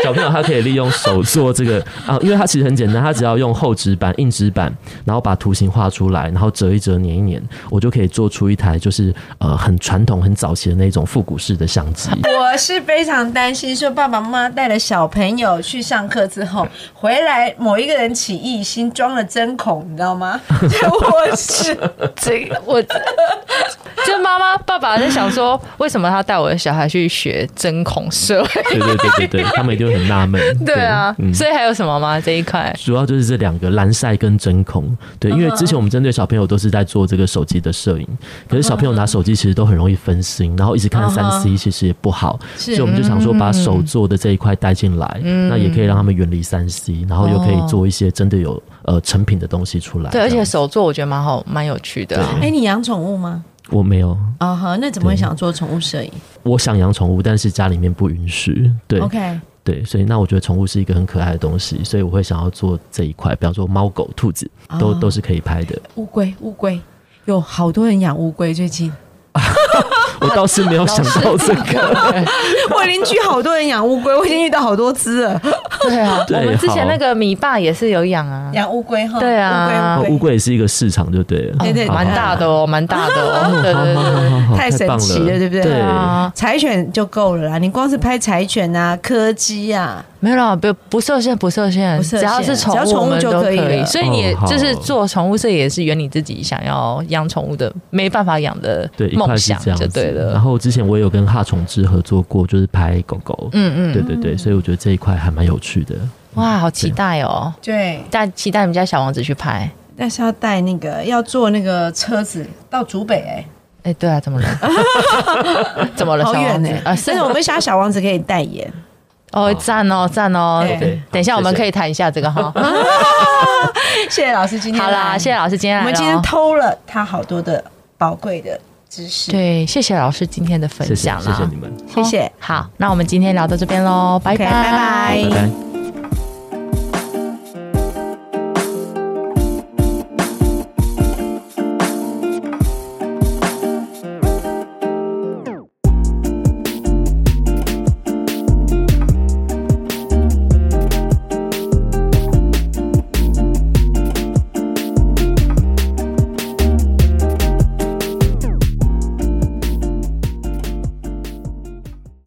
Speaker 1: 小朋友他可以利用手做这个啊，因为它其实很简单，它只要用厚纸板、硬纸板，然后把图形画出来，然后折一折、粘一粘，我就可以做出一台就是呃很传统、很早期的那种复古式的相 机。
Speaker 2: 我是非常担心，说爸爸妈妈带了小朋友去上课之后，回来某一个人起异心，装了针孔，你知道吗？ 我是
Speaker 4: 这个我， 就妈妈爸爸在想说，为什么他带我的小孩去学针孔社？
Speaker 1: 对对对对对，他们一定会很纳闷。
Speaker 4: 对啊，
Speaker 1: 嗯
Speaker 4: 所以还有什么吗？这一块
Speaker 1: 主要就是这两个蓝晒跟真空，对，因
Speaker 4: 嗯
Speaker 1: 为之前我们针对小朋友都是在做这个手机的摄影，可是小朋友
Speaker 4: 嗯
Speaker 1: 拿手机其实都很容易分心，然后一直看三 C 其实也不好，所
Speaker 2: 嗯
Speaker 1: 以我们就想说把手做的这一块带进来，
Speaker 4: 嗯
Speaker 1: 那也可以让他们远离三 C，然后又可以做一些真的有呃成品的东西出来。
Speaker 4: 对，而
Speaker 1: 这
Speaker 4: 且
Speaker 1: 样
Speaker 4: 手作我觉得蛮好，蛮有趣的啊。
Speaker 2: 哎、你养宠物吗？
Speaker 1: 我没有，
Speaker 2: 啊哈，那怎么会想做宠物摄影
Speaker 1: 我想养宠物，但是家里面不允许，对
Speaker 2: ？OK，
Speaker 1: 对，所以那我觉得宠物是一个很可爱的东西，所以我会想要做这一块，比方说猫狗兔子
Speaker 4: 哦
Speaker 1: 都、都是可以拍的，
Speaker 2: 乌龟，乌龟。有好多人养乌龟，最近
Speaker 1: 我倒是没有想到这个。
Speaker 2: 我邻居好多人养乌龟，我已经遇到好多只了。
Speaker 4: 对啊，
Speaker 1: 对
Speaker 4: 我们之前
Speaker 1: 好
Speaker 4: 那个米爸也是有养啊，
Speaker 2: 养乌龟哈，
Speaker 4: 对啊
Speaker 2: 乌
Speaker 1: 哦
Speaker 2: 龟，乌
Speaker 1: 乌
Speaker 2: 龟
Speaker 1: 龟也是一个市场，就对了，
Speaker 2: 对对
Speaker 1: 嗯好啊
Speaker 4: 蛮大的。哦，蛮大的
Speaker 1: 好
Speaker 4: 哦，
Speaker 1: 好
Speaker 4: 对对
Speaker 1: 好好好
Speaker 4: 对。
Speaker 1: 好好
Speaker 2: 太神
Speaker 1: 棒
Speaker 2: 奇了对不对
Speaker 4: 对啊，
Speaker 2: 柴犬就够了啦，你光是拍柴犬啊、柯基啊，
Speaker 4: 没有啦，不不受限，不受限，
Speaker 2: 不受限
Speaker 4: 只要是宠
Speaker 2: 只要
Speaker 4: 物
Speaker 2: 宠物
Speaker 4: 我们
Speaker 2: 就
Speaker 4: 都
Speaker 2: 可以了
Speaker 4: 所以你也
Speaker 1: 哦好
Speaker 4: 就是做宠物这也是圆你自己想要养宠物的，没办法养的
Speaker 1: 对，一
Speaker 4: 梦
Speaker 1: 块是
Speaker 4: 想
Speaker 1: 这样
Speaker 4: 就
Speaker 1: 子。啊
Speaker 4: 对
Speaker 1: 然
Speaker 4: 了。
Speaker 1: 后之前我也有跟哈虫之合作过，就是拍狗狗。
Speaker 4: 嗯
Speaker 1: 对
Speaker 4: 嗯，
Speaker 1: 对对，所以我觉得这一块还蛮有趣的。
Speaker 4: 哇，好期待哦！
Speaker 2: 对，
Speaker 4: 大期待你们家小王子去拍。
Speaker 2: 但是要带那个要坐那个车子到竹北哎、
Speaker 4: 哎，对啊，怎么了？怎么了？
Speaker 2: 好
Speaker 4: 小
Speaker 2: 远
Speaker 4: 王子
Speaker 2: 哎、
Speaker 4: 啊，是
Speaker 2: 但是我们想要小王子可以哎代言，
Speaker 4: 哦，赞哦，赞哦
Speaker 2: 对
Speaker 1: 对。
Speaker 4: 等一下
Speaker 1: 好
Speaker 4: 我们
Speaker 1: 谢谢
Speaker 4: 可以谈一下这个哈。
Speaker 2: 谢谢老师今天。
Speaker 4: 好啦，谢谢。老师今天
Speaker 2: 我
Speaker 4: 来
Speaker 2: 们
Speaker 4: 了哦。
Speaker 2: 今天偷了他好多的宝贵的知识，，
Speaker 4: 对，谢谢老师今天的
Speaker 1: 谢
Speaker 4: 分
Speaker 1: 谢
Speaker 4: 享
Speaker 1: 谢
Speaker 4: 啦
Speaker 1: 谢。你们，
Speaker 2: 谢谢。
Speaker 4: 好，那我们今天聊到这边喽，拜
Speaker 2: OK，
Speaker 4: 拜
Speaker 2: 拜拜
Speaker 1: 拜拜。